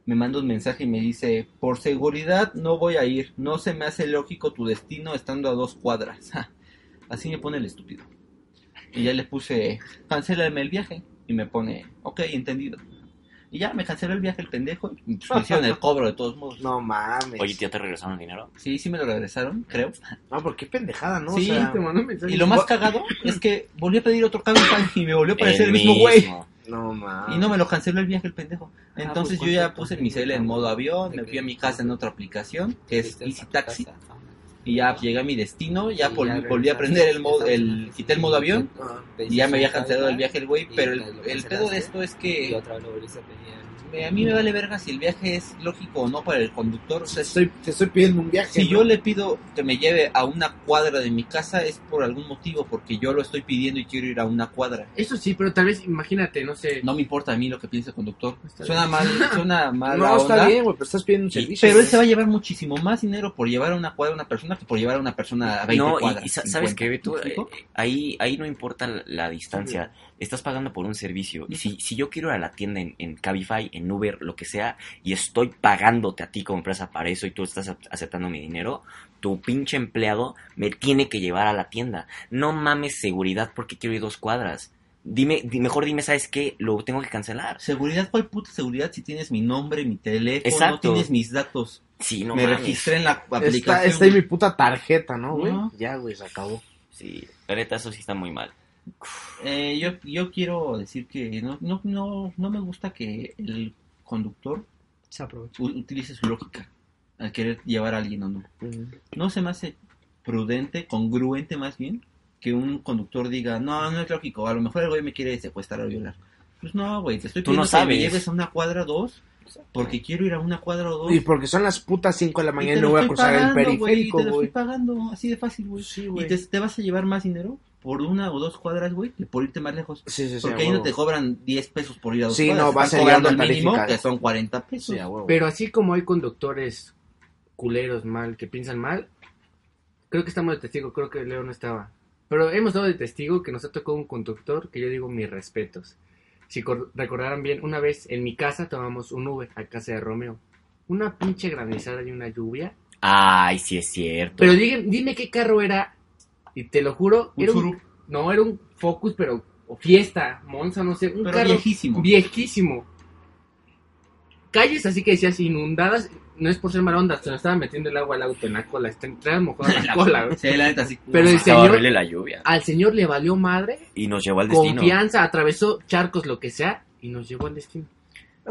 D: me manda un mensaje y me dice, por seguridad no voy a ir, no se me hace lógico tu destino estando a dos cuadras. Así me pone el estúpido. Y ya le puse, cancélame el viaje. Y me pone, ok, entendido. Y ya me canceló el viaje el pendejo y pues, me hicieron el cobro de todos modos.
A: No mames.
B: Oye, tío, ¿te regresaron el dinero?
D: Sí, sí me lo regresaron, creo.
A: No, porque pendejada, ¿no?
D: Sí,
A: o sea,
C: Te mando un mensaje.
D: Y lo más cagado es que volví a pedir otro cambio y me volvió a parecer el mismo
B: mismo.
D: güey.
A: no mames.
D: Y no me lo canceló el viaje el pendejo.
E: Ah,
D: Entonces
C: pues,
D: yo ya
C: perfecto.
D: puse mi cel en modo avión, me fui a mi casa en otra aplicación, que es Easy Taxi, y ya llegué a mi destino, ya
E: Y
D: vol-
E: ya
D: volví a prender el modo,
E: regresaste.
D: el, quité el modo avión,
A: Ah,
D: y ya me había cancelado el viaje el güey,
E: Y
D: pero el,
E: ya lo
D: el pedo de
E: cancelaste.
D: esto es
E: Y
D: que
E: otra vez lo volviste a pedir.
D: eh, a mí me vale verga si el viaje es lógico o no para el conductor. O
A: te
D: sea,
A: estoy, te estoy pidiendo un viaje.
D: si
A: ¿no?
D: yo le pido que me lleve a una cuadra de mi casa es por algún motivo, porque yo lo estoy pidiendo y quiero ir a una cuadra.
C: Eso sí, pero tal vez, imagínate, no sé.
D: No me importa a mí lo que piense el conductor.
C: Está
D: Suena mal, suena mal.
A: No, está bien, güey, pero estás pidiendo un
D: Sí,
A: servicio.
D: pero él
A: güey.
D: se va a llevar muchísimo más dinero por llevar a una cuadra a una persona que por llevar a una persona a 20
B: No, y-
D: cuadras.
B: y, sa- sabes
D: 50,
B: que Beto,
D: ¿me explico?
B: Eh, ahí, ahí no importa la, la distancia, estás pagando por un servicio. Y si, si yo quiero ir a la tienda en, en Cabify, en Uber, lo que sea, y estoy pagándote a ti como empresa para eso y tú estás ap- aceptando mi dinero, tu pinche empleado me tiene que llevar a la tienda. No mames seguridad porque quiero ir dos cuadras. Dime, di- mejor dime, ¿sabes qué? Lo tengo que cancelar.
D: Seguridad, ¿cuál puta seguridad si tienes mi nombre, mi teléfono,
B: Exacto.
D: tienes mis datos?
B: Sí, no
D: me
B: mames.
D: registré en la aplicación.
A: Está, está ahí mi puta tarjeta, ¿no, güey?
D: No.
A: Ya, güey, se acabó.
B: Sí, la neta, eso sí está muy mal.
D: Eh, yo, yo quiero decir que no, no, no, no me gusta que el conductor
E: Se aprovechó.
D: u- utilice su lógica al querer llevar a alguien o no. No se me hace prudente, congruente más bien, que un conductor diga, no, no es lógico, a lo mejor el güey me quiere secuestrar o violar. Pues no, güey, te estoy
B: Tú no
D: pidiendo que me
B: sabes.
D: lleves a una cuadra o dos, porque quiero ir a una cuadra o dos.
A: Y porque son las putas 5 de la
D: y
A: mañana y
D: te
A: no
D: lo
A: voy a
D: estoy
A: cruzar el
D: pagando, güey,
A: periférico,
D: Te lo estoy
A: güey.
D: pagando, así de fácil, güey.
A: Sí,
D: y
A: güey.
D: te, te vas a llevar más dinero por una o dos cuadras, güey, que por irte más lejos.
A: Sí, sí, sí.
D: Porque
A: a
D: ahí no
A: huevo.
D: te cobran 10 pesos por ir a dos
A: Sí,
D: cuadras.
A: no,
D: te
A: vas
D: están
A: a ir
D: cobrando el
A: dando
D: mínimo,
A: tarificas.
D: que son 40 pesos.
A: Sí, a huevo.
C: Pero así como hay conductores culeros mal, que piensan mal, creo que estamos de testigo, creo que Leo no estaba. Pero hemos dado de testigo que nos ha tocado un conductor que yo digo mis respetos. Si cor- recordaran bien, una vez en mi casa tomamos un Uber a casa de Romeo. Una pinche granizada y una lluvia.
B: Ay, sí es cierto.
C: Pero dime, dime qué carro era. Y te lo juro,
D: Un
C: era
D: Subaru.
C: No, era un Focus, pero... O Fiesta, Monza, no sé. Un
D: Pero
C: carro
D: viejísimo.
C: Viejísimo. Calles así que decías inundadas. No es por ser mala onda, se nos estaba metiendo el agua al auto en la cola. Está entrando mojada la cola. güey.
D: Sí, la neta, sí.
C: Pero el
B: Estaba
C: señor,
B: horrible la lluvia.
C: al señor le valió madre.
B: Y nos llevó al destino.
C: Confianza, atravesó charcos, lo que sea, y nos llevó al destino.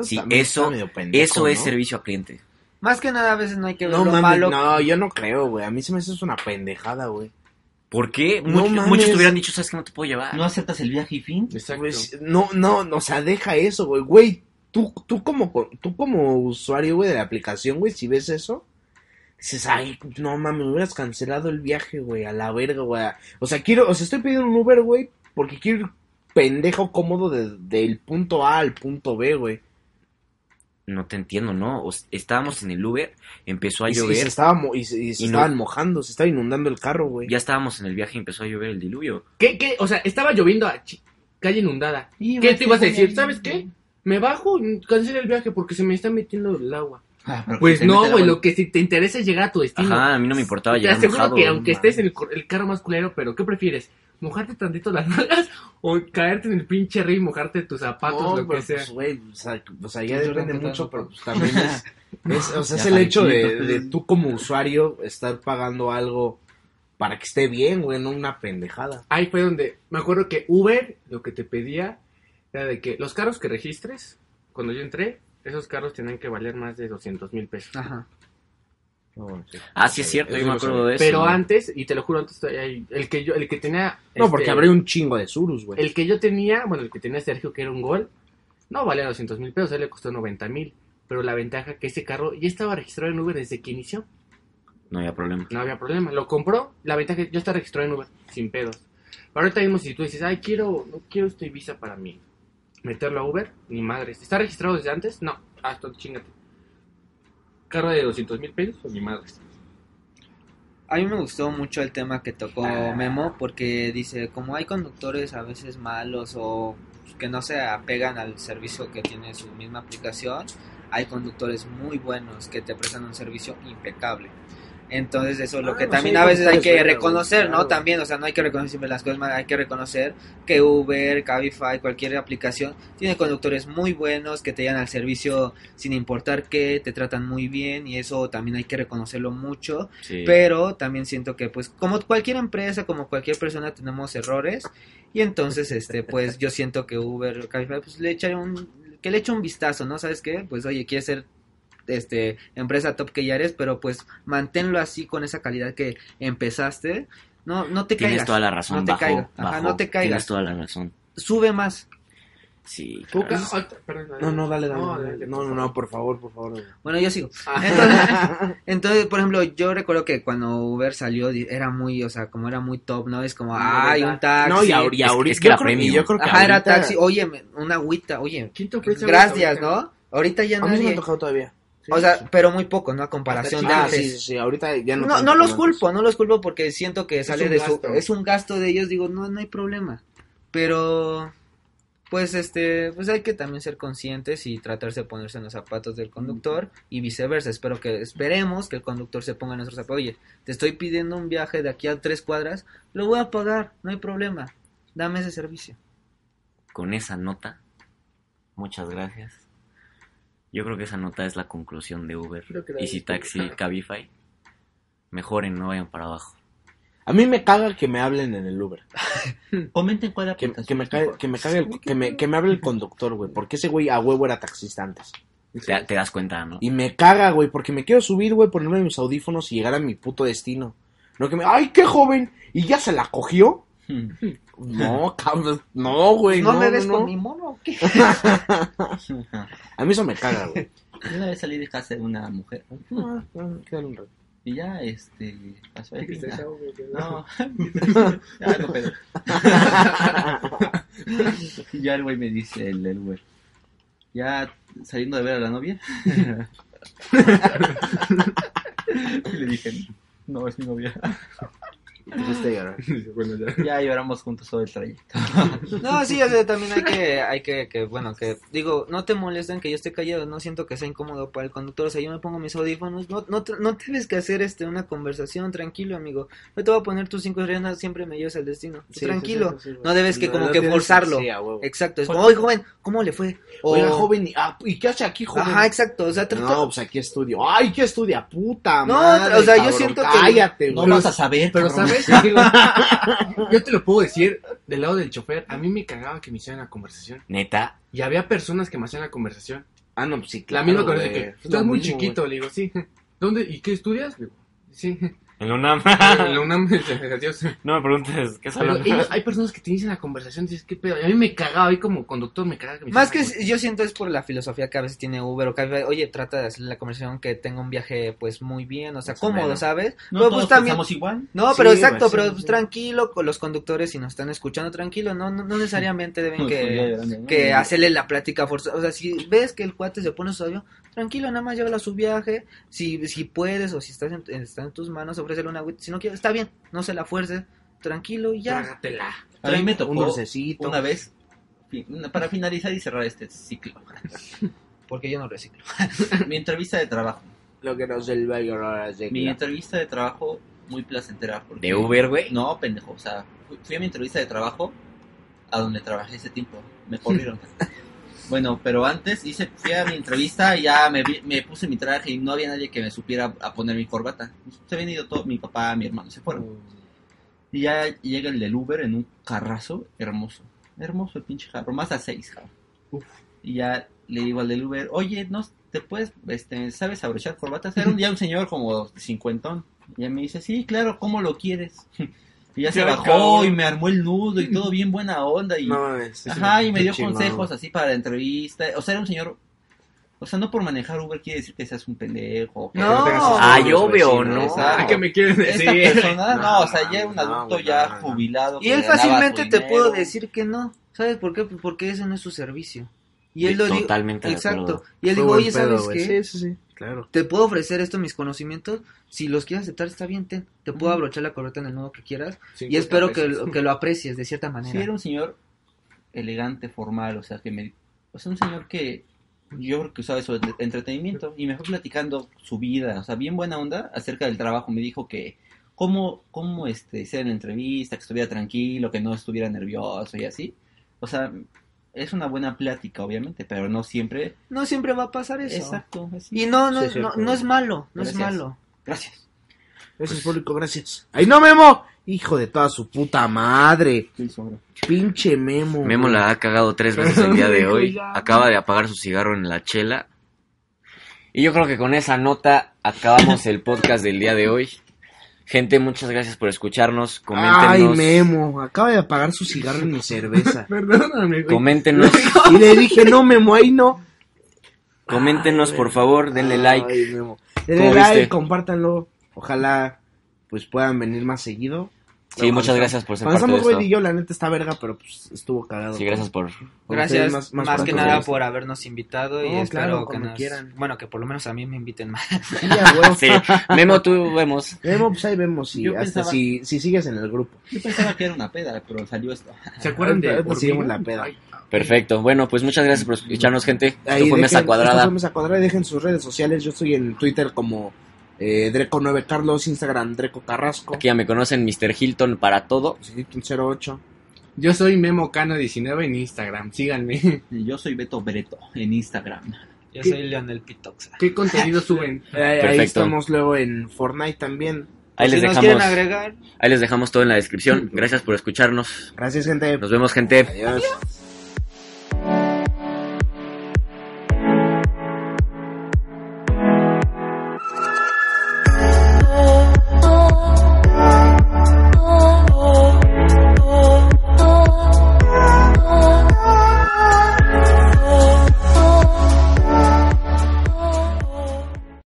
B: Sí,
A: También
B: eso-
A: está medio pendejo,
B: Eso es
A: ¿no?
B: servicio a cliente.
E: Más que nada, a veces no hay que ver
A: No,
E: lo
A: mames,
E: malo.
A: no, yo no creo, güey. A mí se me hace eso una pendejada, güey.
B: ¿Por qué?
A: No
B: Much-
A: mames.
B: muchos te hubieran dicho, ¿sabes que no te puedo llevar?
D: No aceptas el viaje y fin.
C: Exacto.
A: Pues, no, no, no, o sea, deja eso, güey. Güey, tú, tú, como, tú como usuario, güey, de la aplicación, güey, si ves eso, dices, ay, no mames, me hubieras cancelado el viaje, güey, a la verga, güey. O sea, quiero, o sea, estoy pidiendo un Uber, güey, porque quiero ir pendejo cómodo de- del punto A al punto B, güey.
B: No te entiendo, ¿no? O s- estábamos en el Uber, empezó a
A: Y, se- y se
B: llover,
A: estaba mo- y se, y se
B: Y no-
A: estaban mojando, se estaba inundando el carro, güey.
B: ya estábamos en el viaje y empezó a llover el diluvio.
C: ¿Qué, qué? O sea, estaba lloviendo a chi- calle inundada.
D: Y,
C: ¿Qué
D: güey,
C: te ibas a
D: voy
C: decir?
D: ir,
C: ¿Sabes
D: güey.
C: qué? Me bajo y cancelo el viaje porque se me está metiendo el agua.
D: Ah, pero
C: Pues
D: que te
C: no,
D: meta la
C: güey,
D: mano.
C: lo que si te interesa es llegar a tu destino.
B: Ajá, a mí no me importaba
C: Te
B: llegar
C: aseguro
B: mojado.
C: que aunque
A: no
C: estés en el, cor- el carro más culero, pero ¿qué prefieres? ¿Mojarte tantito las nalgas o caerte en el pinche río y mojarte tus zapatos,
A: No,
C: lo
A: pero,
C: que sea?
A: pues, güey, o sea, o sea, ya
E: Pues,
A: depende
E: yo creo que
A: mucho,
E: tanto.
A: pero pues también es, es- o sea, es
D: Ya
A: el hecho de,
D: tranquilo.
A: de tú como usuario estar pagando algo para que esté bien, güey, no una pendejada.
C: Ahí fue donde me acuerdo que Uber lo que te pedía era de que los carros que registres, cuando yo entré, esos carros tenían que valer más de 200 mil pesos.
E: Ajá.
B: Ah, sí, es cierto, yo me acuerdo de eso.
C: Pero antes, y te lo juro, antes todavía hay- el que yo, el que tenía.
A: No,
C: este,
A: porque habría un chingo de surus, güey.
C: El que yo tenía, bueno, el que tenía Sergio, que era un gol, no valía 200 mil pesos, a él le costó 90 mil. Pero la ventaja que ese carro ya estaba registrado en Uber desde que inició.
B: No había problema.
C: No había problema. Lo compró, la ventaja es que ya está registrado en Uber, sin pedos. Pero ahorita mismo, si tú dices, ay, quiero, no quiero este visa para mí, meterlo a Uber, ni madres. ¿Está registrado desde antes? No, hasta chingate. Carro de 200 mil pesos, ni madres.
E: A mí me gustó mucho el tema que tocó
A: Ah.
E: Memo porque dice, como hay conductores a veces malos o pues, que no se apegan al servicio que tiene su misma aplicación, hay conductores muy buenos que te prestan un servicio impecable. Entonces eso es lo
A: Ah,
E: que
A: no,
E: también
A: sí,
E: a veces hay
A: conductores
E: que
A: buenos,
E: reconocer, ¿no?
A: claro.
E: También, o sea, no hay que reconocer siempre las cosas malas, hay que reconocer que Uber, Cabify, cualquier aplicación tiene conductores muy buenos que te llegan al servicio sin importar qué, te tratan muy bien y eso también hay que reconocerlo mucho
B: Sí.
E: pero también siento que pues como cualquier empresa, como cualquier persona tenemos errores y entonces este pues yo siento que Uber, Cabify pues le echaré un que le eche un vistazo, ¿no? ¿Sabes qué? Pues oye, quieres ser este empresa top que ya eres, pero pues manténlo así con esa calidad que empezaste. No no te
B: Tienes
E: caigas.
B: toda la razón,
E: No te
B: bajo,
E: caigas. Ajá,
B: bajo.
E: no te
B: Tienes
E: caigas.
B: toda la razón.
E: Sube más.
B: Sí,
A: Tú,
B: claro.
A: Carlos.
C: Ah, perdón,
A: No, no, dale, dale.
C: No,
A: dale.
C: adelante,
A: No,
C: por
A: no,
C: favor.
A: no, por favor, por favor. güey.
E: Bueno, yo sigo.
C: Ah,
E: Entonces, entonces, por ejemplo, yo recuerdo que cuando Uber salió di- era muy, o sea, como era muy top, ¿no? Es como, ay, un taxi.
A: No, y ahori-
B: Es-
A: ahorita.
B: es que
A: yo
B: era
A: creo
B: premium.
A: yo creo que
E: Ajá, era
A: ahorita-
E: taxi. Oye, me- una agüita, oye.
C: ¿Quién te ofrece
E: Gracias,
C: ahorita?
E: ¿no? Ahorita ya
A: A mí sí me ha
E: nadie.
A: tocado todavía. Sí,
E: O
A: sí.
E: sea, pero muy poco, ¿no? A comparación de
A: Ah,
E: antes.
A: sí, sí, sí, ahorita ya no.
E: No,
A: tanto
E: no los
A: como antes.
E: culpo, no los culpo porque siento que sale
C: un
E: de su...
C: gasto.
E: Es un gasto de ellos, digo, no, no hay problema. Pero... Pues este, pues hay que también ser conscientes y tratarse de ponerse en los zapatos del conductor y viceversa. Espero que, esperemos que el conductor se ponga en nuestros zapatos. Oye, te estoy pidiendo un viaje de aquí a tres cuadras, lo voy a pagar, no hay problema. Dame ese servicio.
B: Con esa nota, muchas gracias. Yo creo que esa nota es la conclusión de Uber.
C: Creo que la
B: Y si Taxi, Cabify, mejoren, no vayan para abajo.
A: A mí me caga que me hablen en el Uber.
D: Comenten cuál
A: Que,
D: aplicación.
A: que me
D: es
A: cae,
D: mejor.
A: que me cague el- que me, que me hable el conductor, güey. Porque ese güey a huevo era taxista antes.
B: Te, te das cuenta, ¿no?
A: Y me caga, güey, porque me quiero subir, güey, ponerme mis audífonos y llegar a mi puto destino. No que me, ay, qué joven, y ya se la cogió.
D: Hmm.
A: No, cabrón, no, güey, no,
E: ¿No, me ves
A: no, no.
E: con mi mono o qué?
A: A mí eso me caga, güey.
D: Yo Una vez salí de casa de una mujer
A: Ah, ah, quédale un rato.
D: y ya, este, pasó ahí.
C: Dijiste, "Chao, güey, que no".
D: No, ah, no, pero. Y ya el güey me dice, el, el güey, ya saliendo de ver a la novia. y le dije, no, es mi novia.
C: Bueno, ya.
D: Ya lloramos juntos todo el trayecto.
E: No, sí, o sea, también hay que, hay que, que, bueno, que, digo, no te molesten que yo esté callado, no siento que sea incómodo para el conductor, o sea, yo me pongo mis audífonos, no, no, te- no tienes que hacer, este, una conversación, tranquilo, amigo, yo te voy a poner tus cinco estrellas, no, siempre me llevas al destino, Tú
A: Sí,
E: tranquilo,
A: sí, sí, sí, sí,
E: no debes que como que
A: tienes-
E: forzarlo.
A: sí, a huevo.
E: exacto, es como, oye, joven, ¿cómo le fue? O,
A: Oiga, joven, y, ah, ¿y qué hace aquí, joven?
E: ajá, exacto, o sea, trata-
A: no, pues aquí estudio. Ay, ¿qué estudia? Puta
E: No,
A: madre,
E: o sea, yo
A: cabrón,
E: siento que-
A: Cállate,
D: No
A: güey.
D: vas a saber,
C: Pero
D: cabrón.
C: sabes, Digo, yo te lo puedo decir del lado del chofer, a mí me cagaba que me hicieran la conversación.
B: Neta,
C: Y había personas que me hacían la conversación.
A: Ah, no, pues sí,
C: La
A: claro,
C: misma con
A: güey.
C: que
A: Es lo
C: estás muy
A: mismo,
C: chiquito, le digo, sí. ¿Dónde? ¿Y qué estudias? Le digo, sí.
B: en una...
C: En La UNAM, adiós.
B: no me preguntes qué
C: Pero
B: salón.
C: ellos- hay personas que te dicen la conversación, dices, qué pedo. Y a mí me cagaba, ahí como conductor me cagaba. me
E: Más que
C: hicieran la
E: s- yo siento es por la filosofía que a veces tiene Uber o Cabify, oye, trata de hacer la conversación que tenga un viaje pues muy bien, o sea,
B: Más o
E: cómodo,
B: menos.
E: ¿sabes?
D: No
E: Pero,
D: todos
E: pues, también-
D: pensamos igual.
E: No,
A: Sí,
E: pero
A: güey,
E: exacto,
A: sí,
E: pero
A: sí,
E: pues,
A: sí.
E: tranquilo con los conductores si nos están escuchando, tranquilo, no, no, no necesariamente deben
D: Pues, pues, ya
E: que,
D: llorando, ¿no?
E: que hacerle la plática forzada, o sea, si ves que el cuate se pone su avión, tranquilo, nada más llévalo a su viaje, si, si puedes o si estás en, está en tus manos, ofrécele una agüita, si no quieres, está bien, no se la fuerces, tranquilo y
C: conversación.
E: ya.
C: Trágatela.
D: A mí me tocó
A: Un dulcecito.
D: una vez, fi- una- para finalizar y cerrar este ciclo,
E: Porque yo no reciclo.
D: mi entrevista de trabajo.
A: Lo que no se le va a llorar a ese
D: Mi
A: clavo.
D: entrevista de trabajo muy placentera. porque-
B: De Uber, güey.
D: No, pendejo. O sea, fui- fui a mi entrevista de trabajo a donde trabajé ese tiempo. Me corrieron. bueno, pero antes hice, fui a mi entrevista y ya me, vi- me puse mi traje y no había nadie que me supiera a poner mi corbata. Se habían ido todo, mi papá, mi hermano, se fueron. Y ya llega el del Uber en un carrazo hermoso. Hermoso el pinche carro. Más a seis, cabrón.
C: Uf.
D: Y ya le digo al del Uber, oye, no, ¿te puedes, este, sabes abrochar corbatas? Era un día un señor como cincuentón. Y ya me dice, sí, claro, ¿cómo lo quieres? Y ya se
B: Ya,
D: bajó
B: cabrón.
D: y me armó el nudo y todo bien buena onda. Y,
A: No mames.
D: ajá, y me dio
A: Chingón.
D: consejos así para la entrevista. O sea, era un señor... O sea, no por manejar Uber quiere decir que seas un pendejo. que
E: No.
D: no tengas
B: Ay,
A: los
B: obvio,
A: vecinos,
B: ¿no?
D: exacto.
C: ¿A qué me quieren decir?
D: esta persona, no,
A: No,
D: o sea, ya era un
A: no,
D: adulto
A: güey,
D: ya
A: no, no.
D: jubilado.
E: Y
D: que
E: él
D: ganaba
E: fácilmente
D: su
E: te
D: dinero.
E: pudo decir que no. ¿Sabes por qué? Pues Porque ese no es su servicio. Y él lo dijo.
B: Totalmente de
E: Exacto.
B: acuerdo.
E: Y él
A: Fue
E: dijo,
A: buen
E: oye,
A: pedo,
E: ¿sabes
A: güey.
E: qué?
A: Sí, sí, sí, claro.
E: Te puedo ofrecer esto, mis conocimientos. Si los quieres aceptar, está bien, ten. Te puedo abrochar la corbata en el nudo que quieras. Y espero que lo, que lo aprecies de cierta
D: Sí, era
E: manera.
D: un señor elegante, formal, o sea, que me... O sea, un señor que yo creo que usaba eso de entretenimiento y me fue platicando su vida, o sea, bien buena onda acerca del trabajo. Me dijo que cómo, cómo este, ser en entrevista, que estuviera tranquilo, que no estuviera nervioso y así. O sea, es una buena plática, obviamente, pero no siempre.
E: No siempre va a pasar eso.
D: Exacto, así.
E: Y no, no,
A: Sí,
E: es-
A: sí,
E: no,
A: pero-
E: no es malo. No es
D: Gracias.
E: malo.
D: Gracias.
A: Gracias,
B: pues,
A: público, gracias. ¡Ay, no, Memo! Hijo de toda su puta madre.
D: Sí, sobra.
A: Pinche Memo.
B: Memo la ha cagado tres veces el día de
A: Hijo,
B: hoy.
A: ya.
B: Acaba de apagar su cigarro en la chela. Y yo creo que con esa nota acabamos el podcast del día de hoy. Gente, muchas gracias por escucharnos.
A: Ay,
B: Coméntenos.
A: Memo. Acaba de apagar su cigarro en mi cerveza.
C: Perdóname, güey.
B: Coméntenos,
A: y le dije, no, Memo, ahí no.
B: coméntenos por favor, denle like.
A: Ay, Memo. Denle
B: ¿Cómo
A: like,
B: viste?
A: compártanlo. Ojalá, pues, puedan venir más seguido.
B: Sí, muchas gracias por ser parte de
A: Avanzamos,
B: esto.
A: güey, y yo, la neta, está verga, pero pues, estuvo cagado.
B: Sí, gracias por
A: Con
E: Gracias
A: ustedes
E: más,
A: pronto,
E: que
A: güey.
E: nada por habernos invitado y
A: No,
E: espero
A: claro,
E: que
A: cuando
E: nos
A: quieran.
E: bueno que por lo menos a mí me inviten más.
A: Sí, a huevo.
B: Sí, Memo, tú vemos.
A: Memo, pues ahí vemos si,
D: Yo
A: hasta
D: pensaba-
A: si, si sigues en el grupo.
D: Yo pensaba que era una peda, pero salió esto.
C: ¿Se acuerdan de
A: Ahorita seguimos
C: Hormiga?
A: la peda.
C: Ay,
B: Perfecto. Bueno, pues muchas gracias por escucharnos, gente. Esto
A: Ahí
B: fue Mesa
A: dejen- esto
B: Cuadrada.
A: fue Mesa Cuadrada. Dejen sus redes sociales. Yo estoy en Twitter como eh, Dreco9 Carlos, Instagram Dreco Carrasco, Pues
B: Aquí ya me conocen, Mr. Hilton para todo.
A: Hilton 08.
C: Yo soy Memo Cano 19 en Instagram. Síganme.
D: Y Yo soy Beto Breto en Instagram.
E: Yo soy Leonel Pitoxa.
C: ¿Qué contenido suben?
A: Eh, ahí
B: Perfecto.
A: estamos luego en Fortnite también.
B: Ahí
E: Pues si
B: les
E: nos quieren
B: dejamos,
E: agregar
B: ahí les dejamos todo en la descripción. Gracias por escucharnos.
A: Gracias, gente.
B: Nos vemos, gente.
A: Adiós.